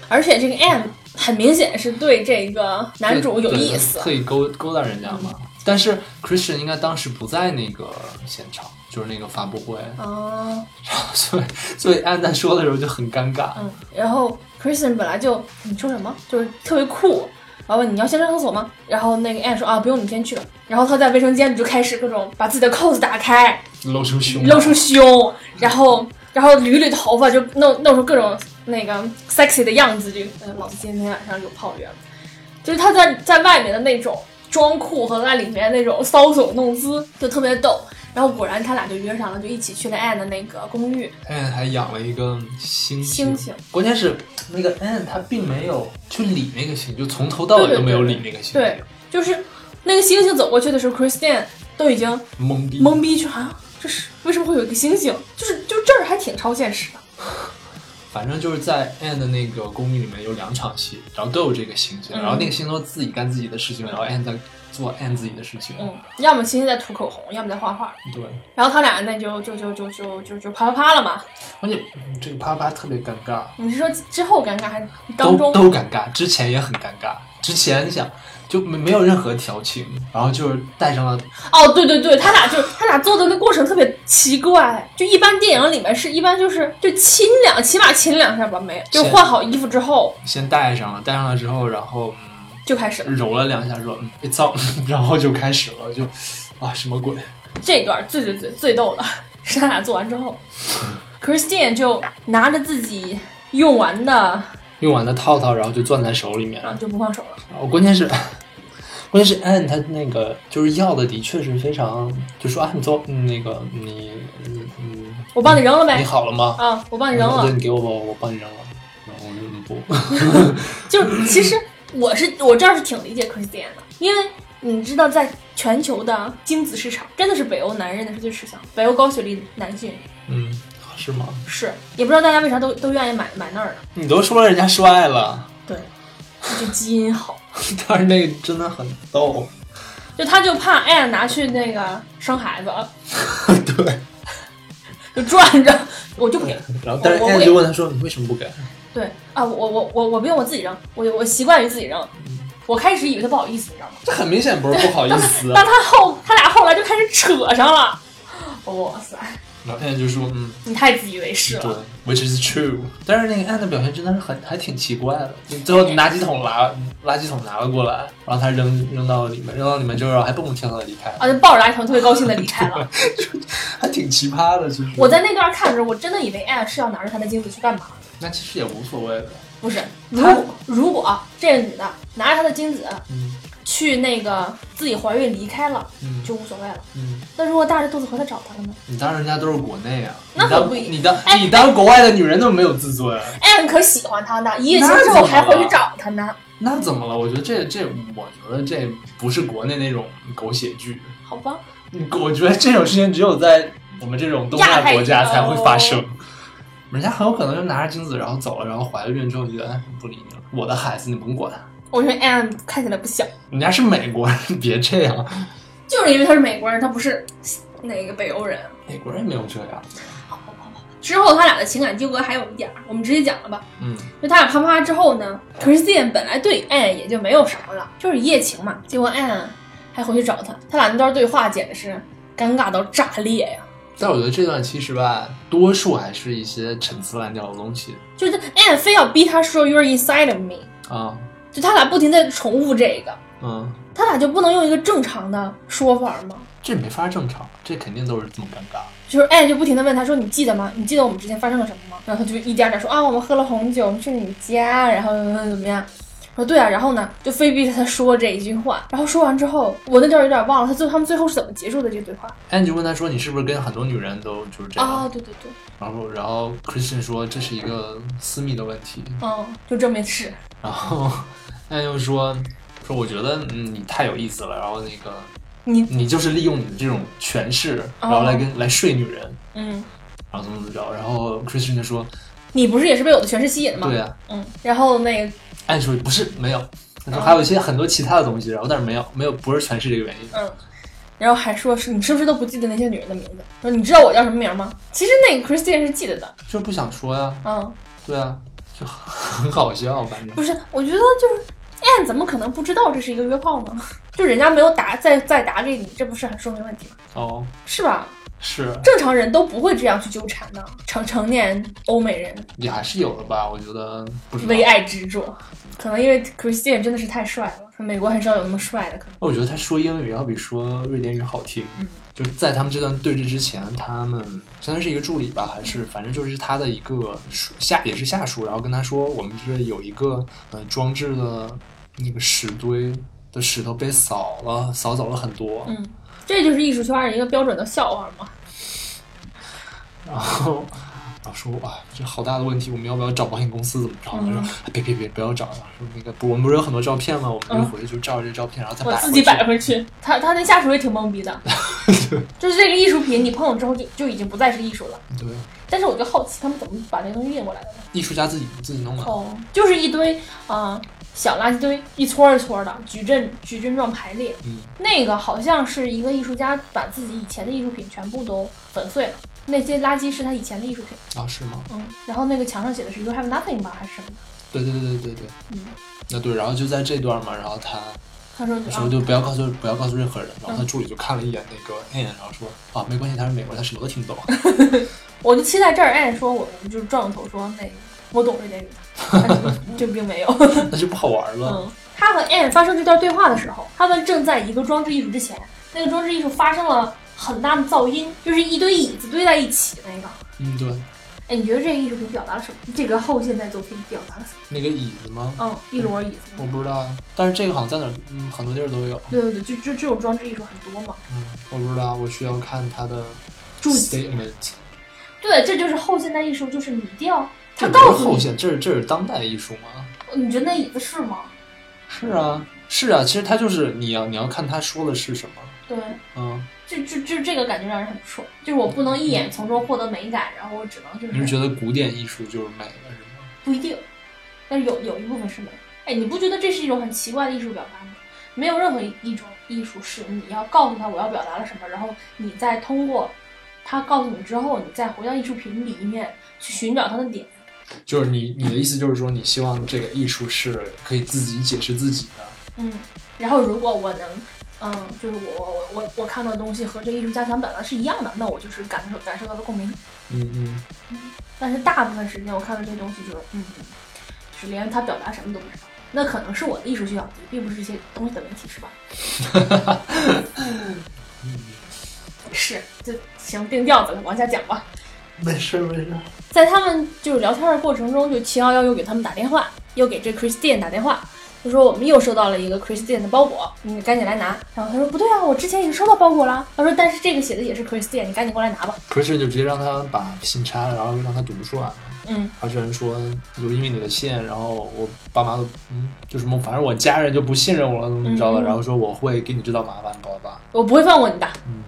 而且这个 M 很明显是对这个男主有意思嗯
对，特意勾勾搭人家嘛。但是 Christian 应该当时不在那个现场，就是那个发布会，
啊，
所以所以 Anne 在说的时候就很尴尬。
嗯，然后 Kristen 本来就你说什么，就是特别酷，然后问你要先上厕所吗？然后那个 Anne 说啊，不用，你先去吧。然后他在卫生间里就开始各种把自己的扣子打开，
露出胸，
露出胸，然后然后捋捋头发，就弄弄出各种那个 sexy 的样子，就呃，老子今天晚上有泡约了。就是他在在外面的那种装酷和在里面那种搔首弄姿，就特别逗。然后果然他俩就约上了，就一起去了 Anne 的那个公寓。
Anne 还养了一个猩
猩猩
关键是那个 Anne 她并没有去理那个猩，就从头到尾都没有理那个猩，
对，就是那个猩猩走过去的时候，Christian 都已经
懵逼，
懵逼去啊，这是为什么会有一个猩猩？就是就这儿还挺超现实的。
反正就是在 Anne 的那个公寓里面有两场戏，然后都有这个猩猩，
嗯
然后那个猩都自己干自己的事情，然后 Anne 在做 Anne 自己的事情，
嗯，要么猩猩在涂口红，要么在画画。
对，
然后他俩那就就就就就就就啪啪啪了嘛。
关键嗯这个啪啪特别尴尬，
你是说之后尴尬还是当
都
中？
都尴尬，之前也很尴尬，之前你想就没没有任何调情，然后就是带上了
哦，对对对，他俩就他俩做的那过程特别奇怪，就一般电影里面是一般就是就亲两，起码亲两下吧，没有，就是换好衣服之后
先带上了，带上了之后，然后嗯。
就开始了。
揉了两下说嗯 “It's on”，然 后就开始了，就啊什么鬼？
这段最最最最逗的 是他俩做完之后，Christine 就拿着自己用完的，
用完的套套，然后就攥在手里面。
然
然
后就不放手了。
后关键是， 关键是 Anne 她那个就是要的的确是非常，就说啊你走，嗯那个你你你
我帮你扔了呗，
你好了吗？
啊，我帮你扔
嗯对，
了。
你给我吧，我帮你扔了。然后我就嗯不，
就是其实我是我这儿是挺理解 Christine 的，因为你知道，在全球的精子市场，真的是北欧男人的是最吃香，北欧高学历男性
嗯，是吗？
是，也不知道大家为啥都都愿意买买那儿的。
你都说人家帅了，
对，就基因好。
但是那个真的很逗。
就他就怕 Anne 拿去那个生孩子，
对，
就转着，我就不给。
然后但是
我我
Anne 就问他说你为什么不给？
对啊，我我我我不用我自己扔，我我习惯于自己扔。
嗯
我开始以为他不好意思，你知道吗？
这很明显不是不好意思啊
但。他后他俩后来就开始扯上了。哇塞，
然后 Anne 就说嗯。
你太自以为是了。
对，which is true。但是那个 Anne 的表现真的是很还挺奇怪的，你最后垃圾桶拿垃圾桶拿了过来，然后他扔扔到里面，扔到里面之后还蹦蹦跳跳的离开，
啊，就抱着垃圾桶特别高兴的离开了。
啊还挺奇葩的。就是
我在那段看着，我真的以为 Anne 是要拿着他的精子去干嘛？
那其实也无所谓的，
不是，如果如果这个女的拿着她的精子
嗯
去那个自己怀孕离开了，
嗯
就无所谓了。
嗯，
那如果大着肚子回来找他了呢？
你当人家都是国内啊，
那
你当
可不一
你当
哎
你当国外的女人那么没有自尊，
Anne 可喜欢他呢，一夜
那
情之
怎
后
么
还回去
了
找他呢，
那怎么了？我觉得这这，我觉得这不是国内那种狗血剧，
好吧？
我觉得这种事情只有在我们这种东
亚
亚
太哦
国家才会发生
地。
人家很有可能就拿着精子，然后走了，然后怀了孕之后觉得哎不理你了，我的孩子你甭管。
我觉得 Anne 看起来不小，
人家是美国人， 别这样，
就是因为他是美国人，他不是那个北欧人。
美国人没有这样。
之后他俩的情感纠葛还有一点儿，我们直接讲了吧。
嗯，
就他俩啪啪之后呢，Christine 本来对 Anne 也就没有什么了，就是一夜情嘛。结果 Anne 还回去找他，他俩那段对话简直是尴尬到炸裂呀！
但我觉得这段其实吧，多数还是一些陈词滥调的东西
就是 Anne 非要逼他说 “You're inside of me”，
啊，
就他俩不停在重复这个，
嗯，
他俩就不能用一个正常的说法吗？
这没法正常，这肯定都是这么尴尬。
就是 Anne 就不停的问他说：“你记得吗？你记得我们之前发生了什么吗？”然后他就一点点说：“啊，我们喝了红酒，我们去你家，然后怎么样？”说对啊，然后呢，就非逼着他说这一句话。然后说完之后，我那段有点忘了，他最他们最后是怎么结束的这个对话
安就问他说：“你是不是跟很多女人都就是这样
啊？？”对对对，
然后，然后 Christian 说：“这是一个私密的问题。”
嗯，就证明是
然后安又说说我觉得嗯你太有意思了，然后那个
你，
你就是利用你的这种权势，
哦
然后来跟、来睡女人。
嗯，
然后怎么怎么着，然后 Christian 就说，
你不是也是被我的诠释吸引的吗？
对呀、
嗯，然后那个，
按理说不是没有，他说
啊
还有一些很多其他的东西，然后但是没有没有不是全是这个原因，
嗯，然后还说是你是不是都不记得那些女人的名字？说你知道我叫什么名吗？其实那个 Christian 是记得的，
就是不想说呀、
嗯，
对啊，就 很好笑，反正
不是，我觉得就是。Anne 怎么可能不知道这是一个约炮呢？ 就人家没有答再再答这你，这不是很说明问题吗？
哦
是吧？
是
正常人都不会这样去纠缠的，成成年欧美人
也还是有的吧，我觉得不知道
为，爱执着，可能因为 Christian 真的是太帅了，美国很少有那么帅的，可能
我觉得他说英语要比说瑞典语好听。
嗯
就是在他们这段对峙之前，他们相当于是一个助理吧，还
嗯
是反正就是他的一个属下，也是下属，然后跟他说，我们这有一个呃装置的那个屎堆的石头被扫了，扫走了很多，
嗯，这就是艺术圈儿一个标准的笑话嘛。
然后。然后说哇，这好大的问题，我们要不要找保险公司怎么着？他、
嗯
说哎别别别，不要找了。说那个不，我们不是有很多照片吗？我们就回去就照着这照片，然后再
嗯我
摆
自己摆
回去。
回去，他他那下属也挺懵逼的，就是这个艺术品你碰了之后就就已经不再是艺术了。
对，
但是我就好奇他们怎么把那东西运过来的呢？
艺术家自己自己弄的。
哦，就是一堆啊、呃小垃圾堆，一撮儿一撮儿的矩阵矩阵状排列。
嗯，
那个好像是一个艺术家把自己以前的艺术品全部都粉碎了，那些垃圾是他以前的艺术品。
啊，是吗？
嗯，然后那个墙上写的是 “You have nothing” 吧，还是什么的？
对对对对对对，
嗯，
那对，然后就在这段嘛，然后他
他说
他
啊
说，就不要告诉不要告诉任何人，然后他助理就看了一眼那个 Anne，然后说啊没关系，他是美国人，他什么都听不懂。
我就期待这儿，哎，说我们就是撞着头说那个我懂这点语，但是就并没有。
那就不好玩了。
嗯，他和 Anne 发生这段对话的时候，他们正在一个装置艺术之前，那个装置艺术发生了很大的噪音，就是一堆椅子堆在一起那个。
嗯，对，
哎，你觉得这个艺术品表达了什么？这个后现代作品表达了什么？
那个椅子吗？
嗯，一摞椅
我
子。
不知道啊，但是这个好像在哪儿，嗯，很多地儿都有。
对对对，就就这种装置艺术很多嘛。
嗯，我不知道，我需要看他的
注解。
statement。
对，这就是后现代艺术，就是你一定要他
这不
告
是
诉
后
你，
现，这是这是当代艺术吗？
你觉得那椅子是吗？
是啊，是啊，其实他就是你要你要看他说的是什么。
对，
嗯，
就就就这个感觉让人很不爽，就是我不能一眼从中获得美感，然后我只能就
你是
是
觉得古典艺术就是美的是吗？
不一定，但是有有一部分是美。哎，你不觉得这是一种很奇怪的艺术表达吗？没有任何一一种艺术是你要告诉他我要表达了什么，然后你再通过他告诉你之后，你再回到艺术品里面去寻找它的点。
就是你你的意思就是说，你希望这个艺术是可以自己解释自己的。
嗯，然后如果我能，嗯，就是我我我我我看到的东西和这个艺术家想表达是一样的，那我就是感受感受到了共鸣。
嗯嗯，
但是大部分时间我看到这些东西就是，嗯，就是连他表达什么都不知道。那可能是我的艺术修养低，并不是这些东西的问题，是吧？ 是，就行，定调子了，往下讲吧。
没事没事。
在他们就是聊天的过程中，就七幺幺又给他们打电话，又给这 Christine 打电话，就说我们又收到了一个 Christine 的包裹，你赶紧来拿。然后他说不对啊，我之前已经收到包裹了。他说但是这个写的也是 Christine，你赶紧过来拿吧。
不是，就直接让他把信拆了，然后让他读不出来。
嗯，
然后这人说，就因为你的信，然后我爸妈都，嗯，就是么，反正我家人就不信任我了，怎么怎么着了，
嗯
然后说我会给你制造麻烦，巴拉巴拉。
我不会放过你的。
嗯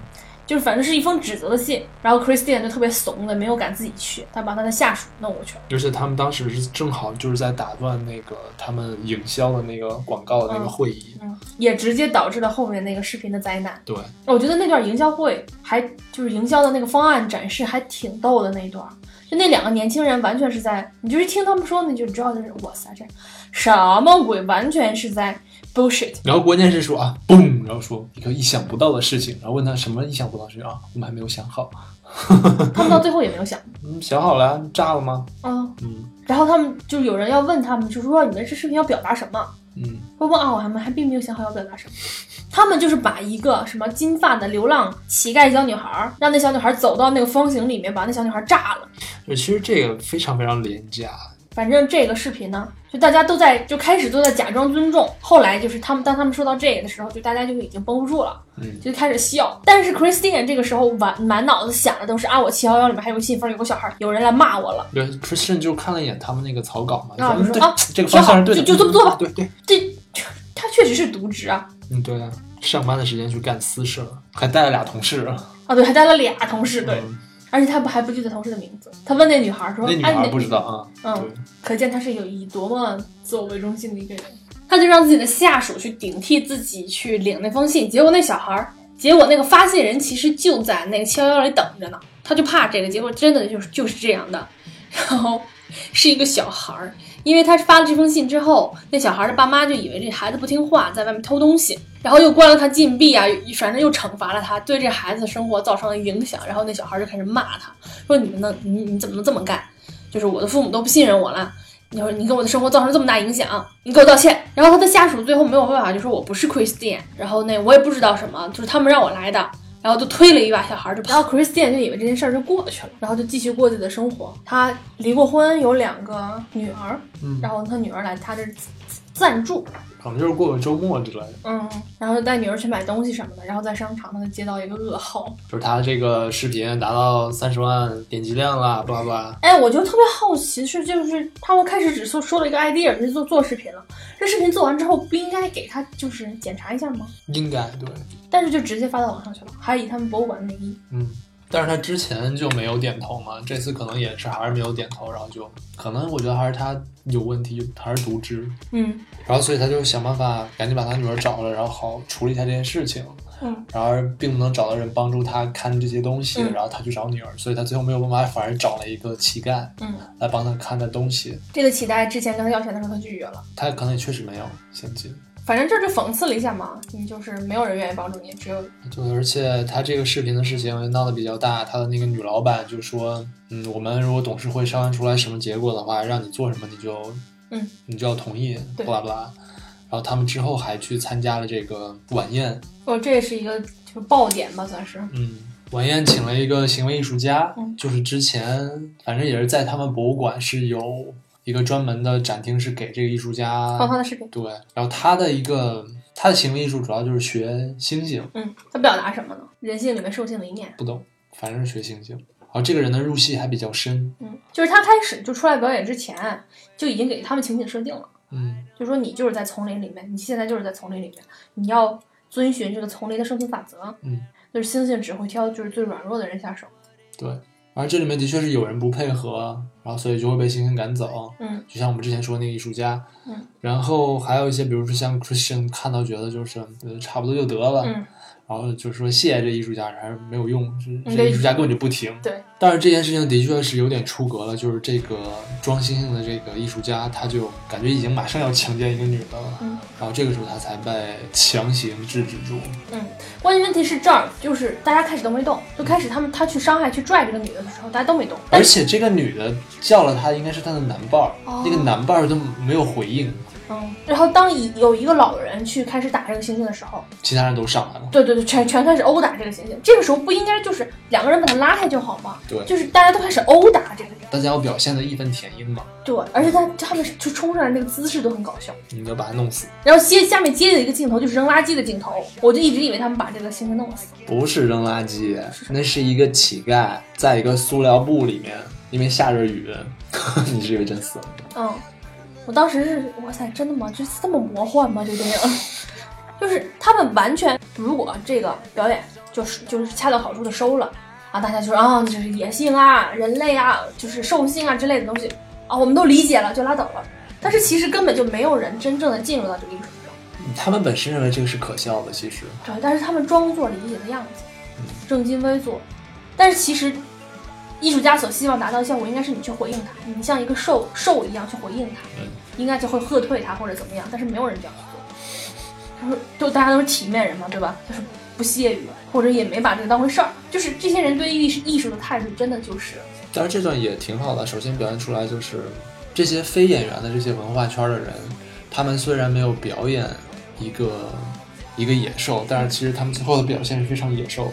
就是反正是一封指责的信，然后 Christine 就特别怂的，没有敢自己去，他把他的下属弄过去了。
而且他们当时是正好就是在打断那个他们营销的那个广告的那个会议。
嗯，也直接导致了后面那个视频的灾难。
对，
我觉得那段营销会还就是营销的那个方案展示还挺逗的那一段儿，就那两个年轻人完全是在，你就是听他们说，你就知道就是哇塞，这什么鬼，完全是在 bullshit。
然后关键是说啊，嘣，然后说一个意想不到的事情，然后问他什么意想不到的事情啊，我们还没有想好。
他们到最后也没有想，
嗯，想好了啊，炸了吗？
嗯，
嗯
然后他们就有人要问他们，就说你们这视频要表达什么？
嗯，
我问啊，我还没还并没有想好要表达什么。他们就是把一个什么金发的流浪乞丐小女孩儿，让那小女孩儿走到那个方形里面，把那小女孩儿炸了。
就其实这个非常非常廉价。
反正这个视频呢，就大家都在就开始都在假装尊重，后来就是他们当他们说到这个的时候，就大家就已经绷不住了，
嗯，
就开始笑。但是 Christine 这个时候满满脑子想的都是啊，我七幺幺里面还有个信封，有个小孩儿，有人来骂我了，
对，Christian 就看了一眼他们那个草稿嘛，
啊
就
就
说嗯
说
对
啊，
这个方向是对的，嗯
就就这么做吧
对对，
这他确实是渎职啊。
嗯对啊，上班的时间去干私事了，还带了俩同事。
啊，对，还带了俩同事，对，
嗯
而且他不还不记得同事的名字。他问那女孩说：“
那女
哎，
孩
你
不知道啊，
嗯，可见他是有以多么自我为中心的一个人。他就让自己的下属去顶替自己去领那封信，结果那小孩儿，结果那个发信人其实就在那个七幺幺里等着呢。他就怕这个，结果真的就是就是这样的。然后是一个小孩儿，因为他发了这封信之后，那小孩儿的爸妈就以为这孩子不听话，在外面偷东西，然后又关了他禁闭啊，反正又惩罚了他，对这孩子的生活造成了影响。然后那小孩儿就开始骂他，说你们能你你怎么能这么干？就是我的父母都不信任我了。你说你给我的生活造成这么大影响，你给我道歉。然后他的下属最后没有办法，就说我不是 Christine，然后那我也不知道什么，就是他们让我来的，然后就推了一把小孩儿就跑。然后 Christine 就以为这件事儿就过去了，然后就继续过自己的生活。他离过婚，有两个女儿，
嗯
然后他女儿来他这儿暂住，
可能就是过个周末之类的。
嗯，然后就带女儿去买东西什么的。然后在商场，他就接到一个噩耗，
就是他这个视频达到三十万点击量了，巴拉巴拉。
哎，我就特别好奇是，就是他们开始只说说了一个 idea，就做做视频了。这视频做完之后，不应该给他就是检查一下吗？
应该对，
但是就直接发到网上去了，还以他们博物馆的名义。
嗯。但是他之前就没有点头嘛，这次可能也是还是没有点头，然后就可能我觉得还是他有问题，还是渎职，
嗯
然后所以他就想办法赶紧把他女儿找了，然后好处理一下这件事情。
嗯，
然而并不能找到人帮助他看这些东西，
嗯
然后他去找女儿，所以他最后没有办法，反而找了一个乞丐
嗯，
来帮他看的东西。
这个乞丐之前跟他要钱的时候，他拒绝了。
他可能也确实没有现金，
反正这就讽刺了一下嘛，你就是没有人愿意帮助你，只有
对，而且他这个视频的事情闹得比较大，他的那个女老板就说，嗯，我们如果董事会商量出来什么结果的话，让你做什么你就，
嗯，
你就要同意，
对
巴拉巴拉。然后他们之后还去参加了这个晚宴，
哦，这也是一个就是爆点吧，算是。
嗯，晚宴请了一个行为艺术家，
嗯
就是之前反正也是在他们博物馆是有一个专门的展厅，是给这个艺术家
放他的视频，
对，然后他的一个他的行为艺术主要就是学星星，
嗯，他表达什么呢？人性里面兽性的一面。
不懂，反正是学星星。然后这个人的入戏还比较深，
嗯，就是他开始就出来表演之前，就已经给他们情景设定了。
嗯，
就说你就是在丛林里面，你现在就是在丛林里面，你要遵循这个丛林的生存法则。
嗯，
就是猩猩只会挑就是最软弱的人下手。
对。然后这里面的确是有人不配合，然后所以就会被星星赶走，
嗯
就像我们之前说那个艺术家，
嗯，
然后还有一些，比如说像 Christian 看到觉得就是呃差不多就得了，
嗯，
然后就说谢谢这艺术家，然而没有用，这
嗯
这
对
艺术家根本就不听。
对，
但是这件事情的确是有点出格了，就是这个装星星的这个艺术家，他就感觉已经马上要强奸一个女的了，
嗯
然后这个时候他才被强行制止住。
嗯关键问题是这儿，就是大家开始都没动，就开始他们他去伤害去拽这个女的的时候，大家都没动。
而且这个女的叫了他，应该是他的男伴儿，
哦
那个男伴儿都没有回应，
嗯，然后当一有一个老人去开始打这个猩猩的时候，
其他人都上来了。
对对对，全全开始殴打这个猩猩。这个时候不应该就是两个人把他拉开就好吗？
对
就是大家都开始殴打这个人。
大家要表现的义愤填膺嘛，
对，而且他他们就冲上来那个姿势都很搞笑。
你就把他弄死。
然后接下面接着一个镜头就是扔垃圾的镜头，我就一直以为他们把这个猩猩弄死。
不是扔垃圾，那是一个乞丐在一个塑料布里面，因为下着雨， 你是以为真死了？
嗯，我当时是，哇塞，真的吗？就是这么魔幻吗？这电影，就是他们完全如果这个表演就是就是恰到好处的收了啊，大家就说啊，就是野性啊、人类啊、就是兽性啊之类的东西啊，我们都理解了就拉倒了。但是其实根本就没有人真正的进入到这个艺术中。
他们本身认为这个是可笑的，其实
对，但是他们装作理解的样子，
嗯
正襟危坐。但是其实，艺术家所希望达到的效果应该是你去回应他，你像一个兽兽一样去回应他，
嗯
应该就会喝退他或者怎么样。但是没有人这样去做，他说就大家都是体面人嘛，对吧？就是不屑于，或者也没把这个当回事儿。就是这些人对艺术艺术的态度真的就是，
但是这段也挺好的。首先表现出来就是这些非演员的这些文化圈的人，他们虽然没有表演一个一个野兽，但是其实他们最后的表现是非常野兽的。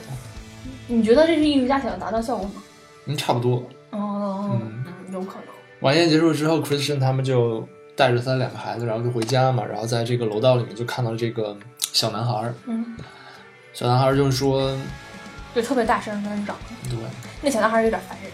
你觉得这是艺术家想要达到效果吗？
嗯，差不多。
哦，
嗯
嗯，有可能。
晚宴结束之后，Christian 他们就带着他的两个孩子，然后就回家嘛。然后在这个楼道里面就看到这个小男孩儿，
嗯，
小男孩儿就说，
就特别大声跟人嚷。
对，
那小男孩有点烦人，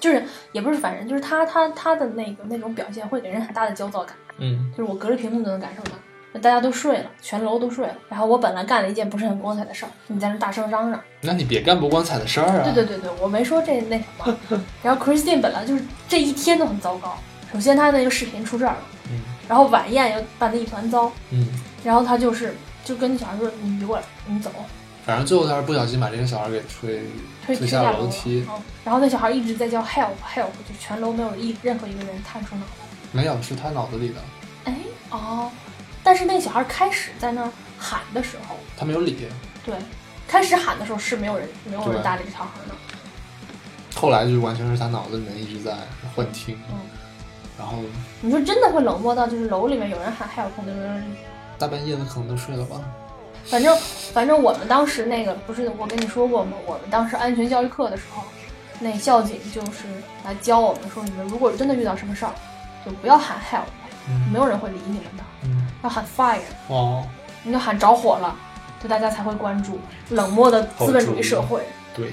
就是也不是烦人，就是他他他的那个那种表现会给人很大的焦躁感，
嗯，
就是我隔着屏幕都能感受到。大家都睡了，全楼都睡了。然后我本来干了一件不是很光彩的事儿，你在那大声嚷嚷。
那你别干不光彩的事儿啊！
对对对对，我没说这那什 么。然后 Christine 本来就是这一天都很糟糕。首先她那个视频出事儿了，
嗯
然后晚宴又办得一团糟，
嗯，
然后她就是就跟小孩说：“你移过来，你走。
反正最后他是不小心把这个小孩给推，”
推
推
推
下
下
楼
楼
梯
了嗯然后那小孩一直在叫 help help，就全楼没有一任何一个人探出脑来。
没有是他脑子里的，
哎哦，但是那小孩开始在那儿喊的时候，
他没有理。
对，开始喊的时候是没有人没有
对
人搭理这小孩的。
后来就完全是他脑子里面一直在幻听，
嗯
然后
你说真的会冷漠到就是楼里面有人喊 help，没有人理
大半夜的可能都睡了吧。
反正反正我们当时那个不是我跟你说过吗？我们当时安全教育课的时候，那校警就是来教我们说，你们如果真的遇到什么事儿，就不要喊 help，
嗯
没有人会理你们的，
嗯，
要喊 fire，
哦，
你要喊着火了，就大家才会关注。冷漠的资本主义社会，
对，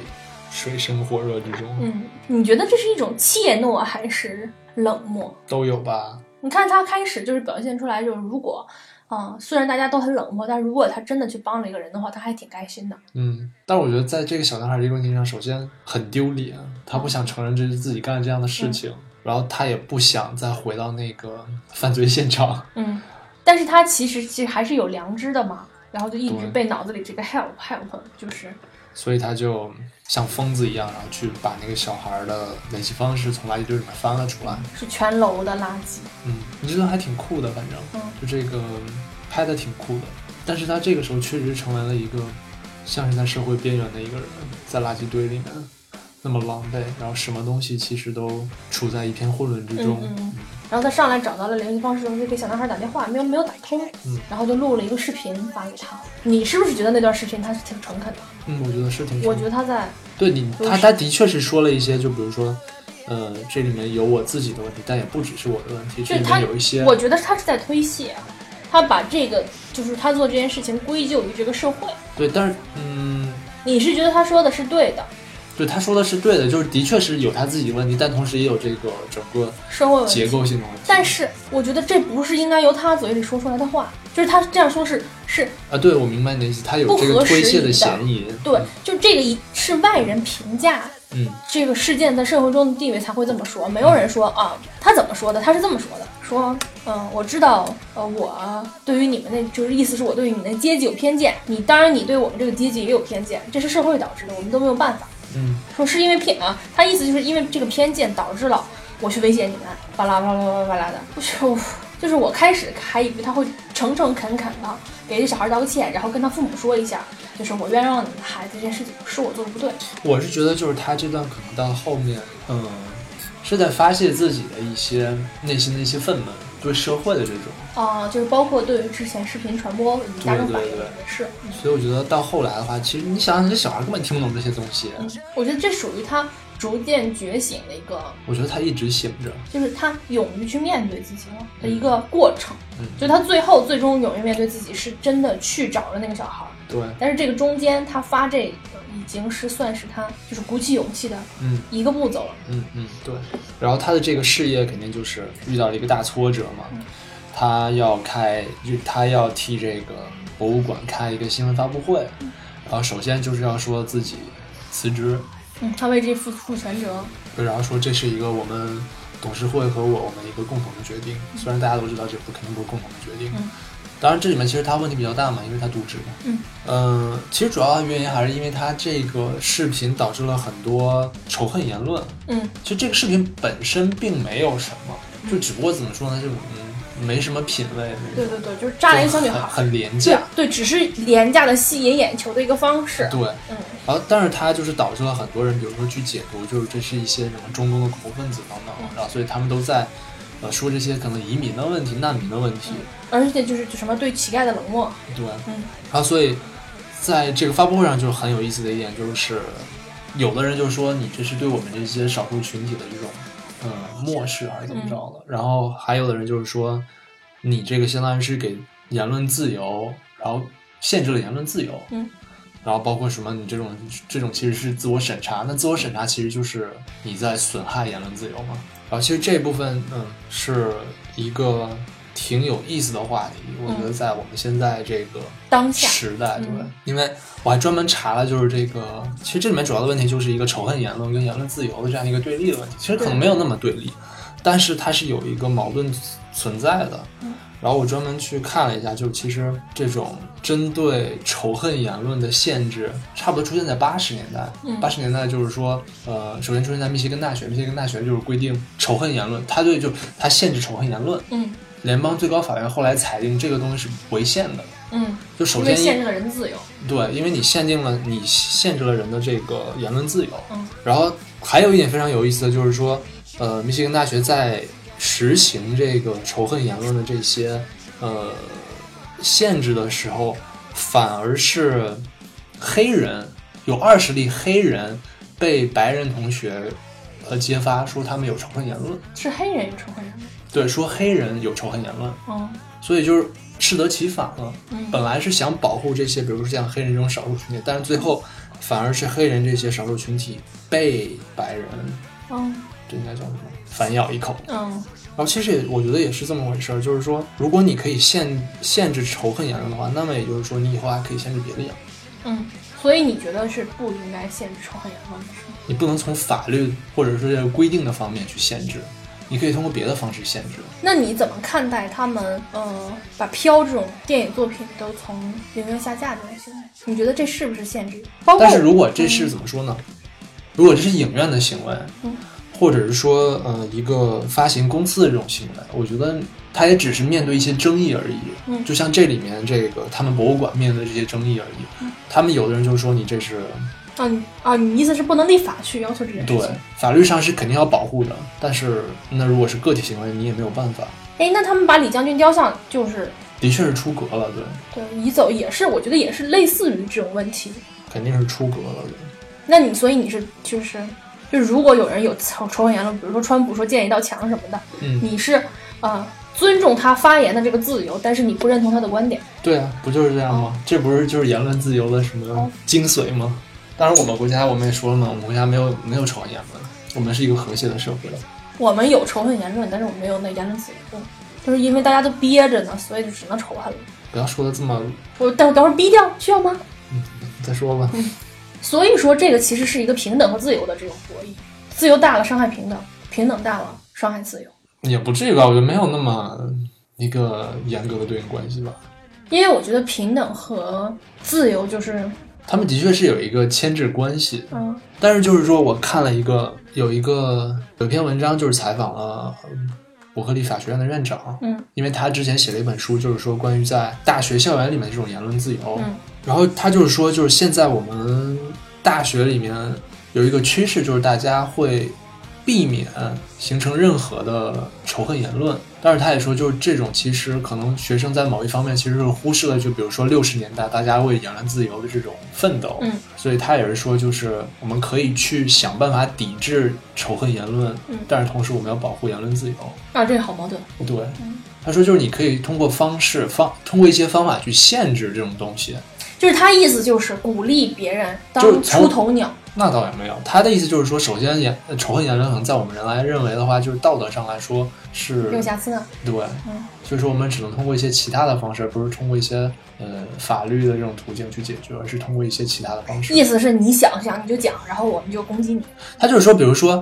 水深火热之中、
嗯，你觉得这是一种怯懦还是冷漠？
都有吧。
你看他开始就是表现出来，就是如果，嗯，虽然大家都很冷漠，但如果他真的去帮了一个人的话，他还挺开心的。
嗯，但是我觉得在这个小男孩这个问题上，首先很丢脸，他不想承认这是自己干了这样的事
嗯
情，然后他也不想再回到那个犯罪现场。
嗯，但是他其实其实还是有良知的嘛，然后就一直
对
被脑子里这个 help help 就是，
所以他就像疯子一样，然后去把那个小孩的联系方式从垃圾堆里面翻了出来。
是全楼的垃圾。
嗯，你觉得还挺酷的，反正
嗯
就这个拍的挺酷的。但是他这个时候确实成为了一个像是在社会边缘的一个人，在垃圾堆里面那么狼狈，然后什么东西其实都处在一片混乱之中。
嗯嗯然后他上来找到了联系方式之后，就给小男孩打电话，没有没有打通，
嗯
然后就录了一个视频发给他。你是不是觉得那段视频他是挺诚恳的？
嗯我觉得是挺。
我觉得他在
对你，
是
他他的确是说了一些，就比如说，呃，这里面有我自己的问题，但也不只是我的问题，这
对
里
他
面有一些，
我觉得他是在推卸，他把这个就是他做这件事情归咎于这个社会。
对，但是嗯。
你是觉得他说的是对的，
对他说的是对的，就是的确是有他自己的问题，但同时也有这个整个
社会问
结
题。
构性的问题。
但是我觉得这不是应该由他嘴里说出来的话，就是他这样说是是
啊，对，我明白你的意思，他有这个推卸嫌疑。
对，就这个一是外人评价
嗯，
这个事件在社会中的地位才会这么说，没有人说啊他怎么说的，他是这么说的，说嗯我知道呃我对于你们那就是意思是我对于你们的阶级有偏见，你当然你对我们这个阶级也有偏见，这是社会导致的，我们都没有办法。
嗯
说是因为偏啊，他意思就是因为这个偏见导致了我去威胁你们，巴拉巴拉巴拉巴拉的，我就就是我开始还以为他会诚诚恳恳的给这小孩道个歉，然后跟他父母说一下，就是我冤枉你们孩子这件事情是我做的不对，
我是觉得就是他这段可能到后面，嗯，是在发泄自己的一些内心的一些愤懑，对社会的这种。
啊、就是包括对于之前视频传播以及大众反应
对对对
也是，嗯
所以我觉得到后来的话，其实你想想，这小孩根本听不懂这些东西。
嗯我觉得这属于他逐渐觉醒的一个，
我觉得他一直醒着。
就是他勇于去面对自己的一个过程，
嗯
就他最后最终勇于面对自己，是真的去找了那个小孩。
对，
但是这个中间他发这个已经是算是他就是鼓起勇气的
嗯
一个步骤了。
嗯嗯，对。然后他的这个事业肯定就是遇到了一个大挫折嘛，他要开，就他要替这个博物馆开一个新闻发布会，然后首先就是要说自己辞职，
嗯，他为这负负全责。
对然后说这是一个我们董事会和我我们一个共同的决定，虽然大家都知道这不肯定不是共同的决定。
嗯
当然，这里面其实他问题比较大嘛，因为他渎职嘛。
嗯，
呃，其实主要原因还是因为他这个视频导致了很多仇恨言论。
嗯
其实这个视频本身并没有什么，就只不过怎么说呢，就嗯没什么品味，
对对对，就是炸了一个小女
就很
孩。
很廉
对
价。
对，只是廉价的吸引眼球的一个方式。
对，
嗯
然后但是它就是导致了很多人，比如说去解读，就是这是一些什么中东的恐怖分子等等，然后所以他们都在呃说这些可能移民的问题、难民的问题，
而且就是什么对乞丐的冷漠。
对，
嗯
然后所以在这个发布会上就是很有意思的一点就是，有的人就说你这是对我们这些少数群体的这种呃漠视还是怎么着的，然后还有的人就是说你这个相当于是给言论自由，然后限制了言论自由，
嗯。
然后包括什么？你这种这种其实是自我审查，那自我审查其实就是你在损害言论自由嘛。然后其实这部分，嗯，是一个挺有意思的话题，我觉得在我们现在这个
当下
时代，对
嗯，
因为我还专门查了，就是这个，其实这里面主要的问题就是一个仇恨言论跟言论自由的这样一个对立的问题，其实可能没有那么对立，但是它是有一个矛盾存在的。
嗯
然后我专门去看了一下，就是其实这种针对仇恨言论的限制，差不多出现在八十年代。
嗯
八十、年代就是说，呃，首先出现在密歇根大学，密歇根大学就是规定仇恨言论，它对就它限制仇恨言论。
嗯
联邦最高法院后来裁定这个东西是违宪的，
嗯，
就首
因为
先
限制了人自由。
对，因为你限定了你限制了人的这个言论自由。
嗯
然后还有一点非常有意思的就是说，呃，密歇根大学在实行这个仇恨言论的这些呃限制的时候，反而是黑人有二十例黑人被白人同学呃揭发说他们有仇恨言论，
是黑人有仇恨人吗？
对，说黑人有仇恨言论，
哦，
所以就是适得其反了。
嗯
本来是想保护这些，比如说像黑人这种少数群体，但是最后反而是黑人这些少数群体被白人，
嗯
这应该叫什么？反咬一口。
嗯
然后其实也我觉得也是这么回事儿，就是说，如果你可以限限制仇恨言论的话，那么也就是说你以后还可以限制别的言论，
嗯，所以你觉得是不应该限制仇恨言论的是吗？
你不能从法律或者说这个规定的方面去限制，你可以通过别的方式限制。
那你怎么看待他们呃把《飘》这种电影作品都从影院下架这种行为？你觉得这是不是限制？包括
但是如果这是怎么说呢？如果这是影院的行为
嗯，
或者是说呃一个发行公司的这种行为，我觉得它也只是面对一些争议而已。
嗯
就像这里面这个他们博物馆面对这些争议而已，
嗯
他们有的人就说你这是
啊你啊，你意思是不能立法去要求这件事
对
情？
法律上是肯定要保护的，但是那如果是个体行为，你也没有办法，
哎，那他们把李将军雕像就是
的确是出格了，对，
对移走，也是我觉得也是类似于这种问题。
肯定是出格了。对
那你所以你是就是就是如果有人有仇仇恨言论，比如说川普说建一道墙什么的，
嗯，
你是呃尊重他发言的这个自由，但是你不认同他的观点。
对啊，不就是这样吗？这不是就是言论自由的什么
哦
精髓吗？当然，我们国家我们也说了嘛，我们国家没有没有仇恨言论，我们是一个和谐的社会。
我们有仇恨言论，但是我们没有那言论自由，就是因为大家都憋着呢，所以就只能仇恨了。
不要说的这么，嗯
我等等会儿逼掉需要吗？
再说吧。
所以说这个其实是一个平等和自由的这种博弈，自由大了伤害平等，平等大了伤害自由。
也不至于吧，我觉得没有那么一个严格的对应关系吧。
因为我觉得平等和自由就是，
他们的确是有一个牵制关系，
嗯
但是就是说，我看了一个有一个有一篇文章，就是采访了嗯伯克利法学院的院长，
嗯，
因为他之前写了一本书，就是说关于在大学校园里面这种言论自由，
嗯
然后他就是说，就是现在我们大学里面有一个趋势，就是大家会避免形成任何的仇恨言论。但是他也说，就是这种其实可能学生在某一方面其实是忽视了，就比如说六十年代大家为言论自由的这种奋斗，
嗯，
所以他也是说，就是我们可以去想办法抵制仇恨言论，
嗯
但是同时我们要保护言论自由。
啊，这个好矛盾。
对，
嗯
他说就是你可以通过方式方通过一些方法去限制这种东西，
就是他意思就是鼓励别人
就是
当
从
出头鸟，
那倒也没有，他的意思就是说，首先言呃仇恨言论可能在我们人来认为的话，就是道德上来说是
有瑕疵呢。
对，
嗯
所以说我们只能通过一些其他的方式，而不是通过一些呃法律的这种途径去解决，而是通过一些其他的方式。
意思是你想想你就讲，然后我们就攻击你。
他就是说，比如说，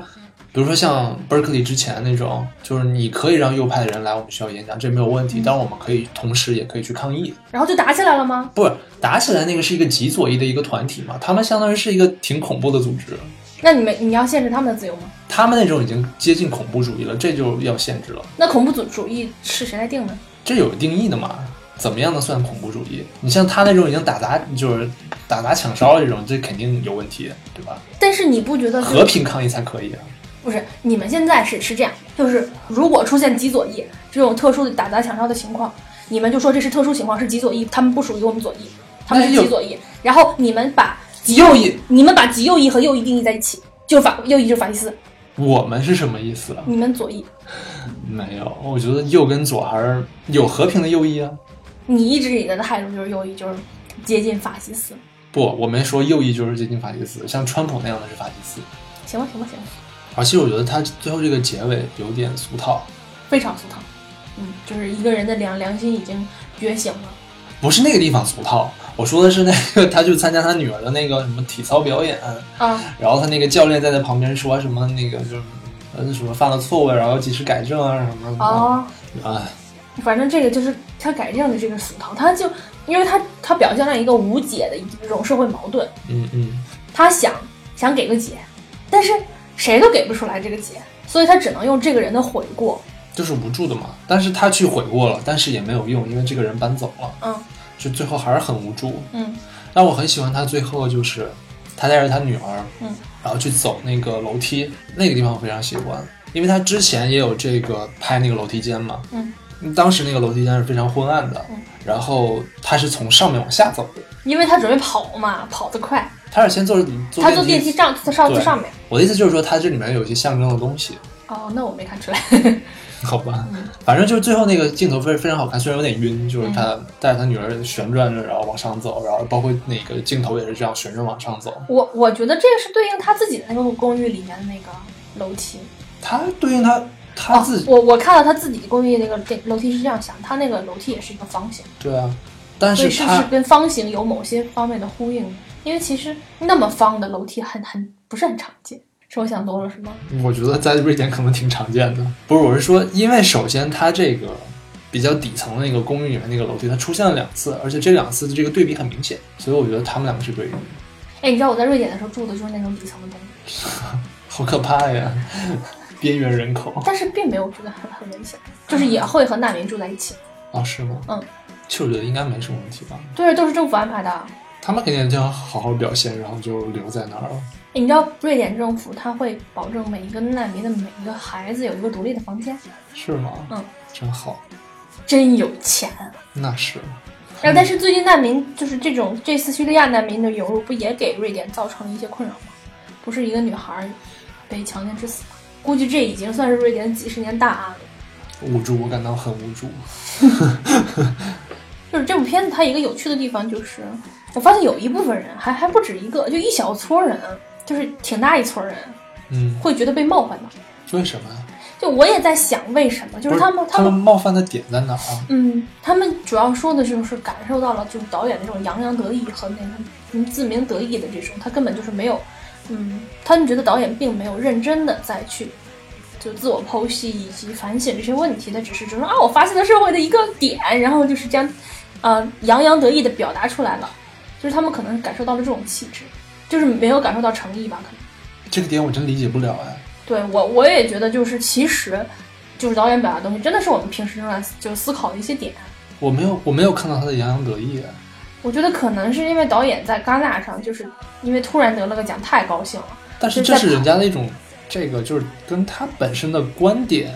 比如说像 Berkeley 之前那种，就是你可以让右派的人来我们学校演讲，这没有问
嗯
题，但是我们可以同时也可以去抗议。
然后就打起来了吗？
不是打起来那个是一个极左翼的一个团体嘛，他们相当于是一个挺恐怖的组织。
那你们你要限制他们的自由吗？
他们那种已经接近恐怖主义了，这就要限制了。
那恐怖主主义是谁来定的？
这有定义的嘛？怎么样能算恐怖主义？你像他那种已经打砸就是打砸抢烧这种，这肯定有问题，对吧？
但是你不觉得
和平抗议才可以啊。
不是？你们现在是是这样，就是如果出现极左翼这种特殊的打砸抢烧的情况，你们就说这是特殊情况，是极左翼，他们不属于我们左翼，他们
那
是
有
极左翼。然后你们把极
右翼，
你们把极右翼和右翼定义在一起，就是法右翼就是法西斯，
我们是什么意思啊？
你们左翼。
没有，我觉得右跟左还是有和平的右翼啊。
你一直以来的态度就是右翼，就是接近法西斯。
不，我没说右翼就是接近法西斯，像川普那样的是法西斯。
行吧，行吧，行吧，
而且我觉得他最后这个结尾有点俗套，
非常俗套。嗯，就是一个人的良良心已经觉醒了。
不是那个地方俗套，我说的是那个他去参加他女儿的那个什么体操表演，
啊，
然后他那个教练在那旁边说什么那个就是呃什么犯了错误，然后要及时改正啊什么什么
哦，
的啊，
反正这个就是他改正的这个俗套，他就因为他他表现了一个无解的一种社会矛盾，
嗯嗯，
他想想给个解，但是谁都给不出来这个解，所以他只能用这个人的悔过。
就是无助的嘛。但是他去悔过了，但是也没有用，因为这个人搬走了，
嗯
就最后还是很无助。
嗯
但我很喜欢他最后就是他带着他女儿，
嗯，
然后去走那个楼梯，那个地方我非常喜欢，因为他之前也有这个拍那个楼梯间嘛，
嗯，
当时那个楼梯间是非常昏暗的，
嗯
然后他是从上面往下走的，
因为他准备跑嘛，跑得快，
他是先坐坐
他坐电梯上他上
对
最上面。
我的意思就是说，它这里面有一些象征的 东西，
哦，那我没看出来。
好吧
嗯？
反正就是最后那个镜头非非常好看，虽然有点晕，就是他带着他女儿旋转着，然后往上走，然后包括那个镜头也是这样旋转往上走。
我我觉得这个是对应他自己的那个公寓里面的那个楼梯。
他对应他他自己、
哦、我我看到他自己公寓那个这楼梯是这样想，他那个楼梯也是一个方形，
对啊，但
所
是
以是不
他
是跟方形有某些方面的呼应呢？因为其实那么方的楼梯很很不是很常见，是我想多了是吗？
我觉得在瑞典可能挺常见的。不是，我是说，因为首先它这个比较底层的那个公寓里面那个楼梯，它出现了两次，而且这两次的这个对比很明显，所以我觉得他们两个是对比。
哎，你知道我在瑞典的时候住的就是那种底层的公寓，
好可怕呀， 边缘人口
但是并没有觉得很很危险，就是也会和难民住在一起。
啊，是吗？
嗯，
其实我觉得应该没什么问题吧。
对，都是政府安排的。哎
他们肯定就要好好表现，然后就留在那儿了。
哎你知道瑞典政府他会保证每一个难民的每一个孩子有一个独立的房间，
是吗？
嗯，
真好，
真有钱。
那是。
然后，但是最近难民就是这种这次叙利亚难民的涌入，不也给瑞典造成了一些困扰吗？不是一个女孩儿被强奸致死吗？估计这已经算是瑞典几十年大案了。
无助，我感到很无助。
就是这部片子它一个有趣的地方就是，我发现有一部分人还还不止一个，就一小撮人，就是挺大一撮人
嗯，
会觉得被冒犯到。
为什么呀？
就我也在想为什么，就
不
是
是
他们
他
们
们冒犯的点在哪儿啊？
嗯，他们主要说的就是感受到了，就是导演那种洋洋得意和那种自鸣得意的这种，他根本就是没有，嗯，他们觉得导演并没有认真的再去就自我剖析以及反省这些问题，他只是就说啊，我发现了社会的一个点，然后就是这样，呃，洋洋得意的表达出来了，就是他们可能感受到了这种气质，就是没有感受到诚意吧，可能。
这个点我真理解不了哎。
对我，我也觉得就是其实，就是导演表达的东西真的是我们平时用来就思考的一些点。
我没有，我没有看到他的洋洋得意哎。
我觉得可能是因为导演在戛纳上，就是因为突然得了个奖，太高兴了。
但是
就
这
是在
是人家的一种，这个就是跟他本身的观点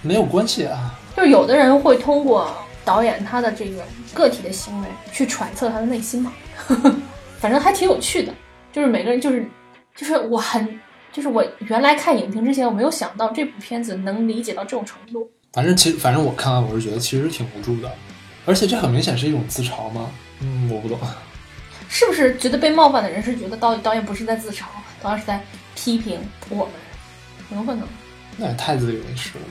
没有关系啊。
就是有的人会通过导演他的这个个体的行为去揣测他的内心嘛， 反正还挺有趣的。就是每个人就是就是我很就是我原来看影评之前，我没有想到这部片子能理解到这种程度。
反正其实，反正我看完我是觉得其实挺无助的，而且这很明显是一种自嘲嘛。嗯，我不懂。
是不是觉得被冒犯的人是觉得导导演不是在自嘲，导演是在批评我们？有可能，
那也太自以为是了。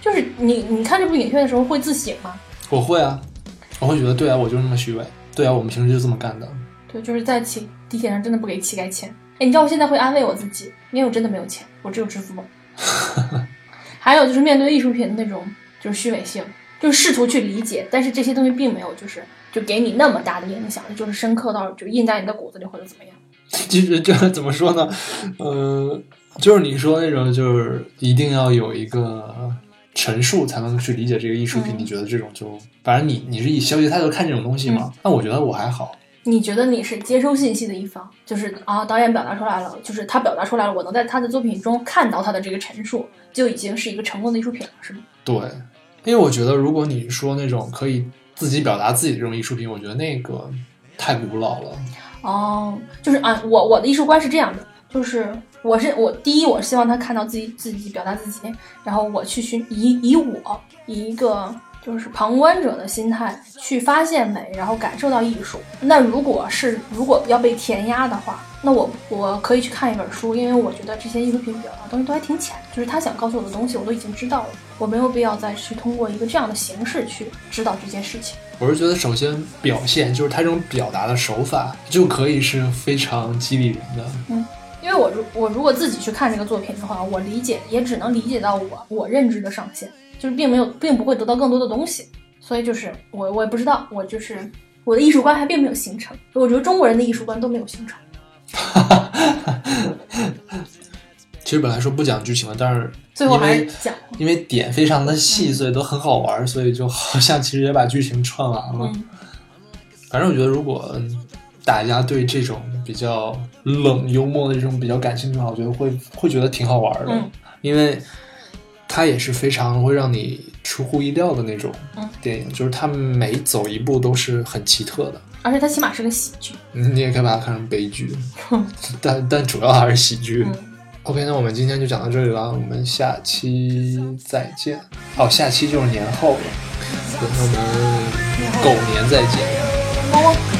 就是你你看这部影片的时候会自省吗？
我会啊，我会觉得对啊，我就是那么虚伪，对啊，我们平时就这么干的。
对，就是在乞地铁上真的不给乞丐钱。哎，你知道我现在会安慰我自己，因为我真的没有钱，我只有支付宝。还有就是面对艺术品的那种就是虚伪性，就是试图去理解，但是这些东西并没有就是就给你那么大的影响，就是深刻到就印在你的骨子里或者怎么样。
其实这怎么说呢？呃，就是你说那种，就是一定要有一个陈述才能去理解这个艺术品。
嗯
你觉得这种就，反正你你是以消极态度看这种东西嘛？那我觉得我还好。
你觉得你是接收信息的一方，就是啊，导演表达出来了，就是他表达出来了，我能在他的作品中看到他的这个陈述，就已经是一个成功的艺术品了，是吗？
对，因为我觉得如果你说那种可以自己表达自己的这种艺术品，我觉得那个太古老了。
哦，就是啊，我我的艺术观是这样的，就是我是我第一，我希望他看到自己自己表达自己，然后我去寻以以我以一个就是旁观者的心态去发现美，然后感受到艺术。那如果是如果要被填压的话，那我我可以去看一本书，因为我觉得这些艺术品表达的东西都还挺浅，就是他想告诉我的东西我都已经知道了，我没有必要再去通过一个这样的形式去知道这件事情。
我是觉得，首先表现就是他这种表达的手法就可以是非常激励人的。
因为我如我如果自己去看这个作品的话，我理解也只能理解到我我认知的上限，就是并没有并不会得到更多的东西，所以就是我我也不知道，我就是我的艺术观还并没有形成，我觉得中国人的艺术观都没有形成。
其实本来说不讲剧情了，但是
最后
因为
还是讲了，嗯
因为点非常的细，所以都很好玩，所以就好像其实也把剧情串完了。
嗯，
反正我觉得，如果大家对这种比较冷幽默的这种比较感兴趣的话，我觉得会会觉得挺好玩的，
嗯
因为它也是非常会让你出乎意料的那种
嗯
电影，就是它每走一步都是很奇特的。
而且它起码是个喜剧，
嗯你也可以把它看成悲剧，但但主要还是喜剧。
嗯
OK，那我们今天就讲到这里了，我们下期再见。哦，下期就是年后了，对，那我们狗年再见。
汪汪。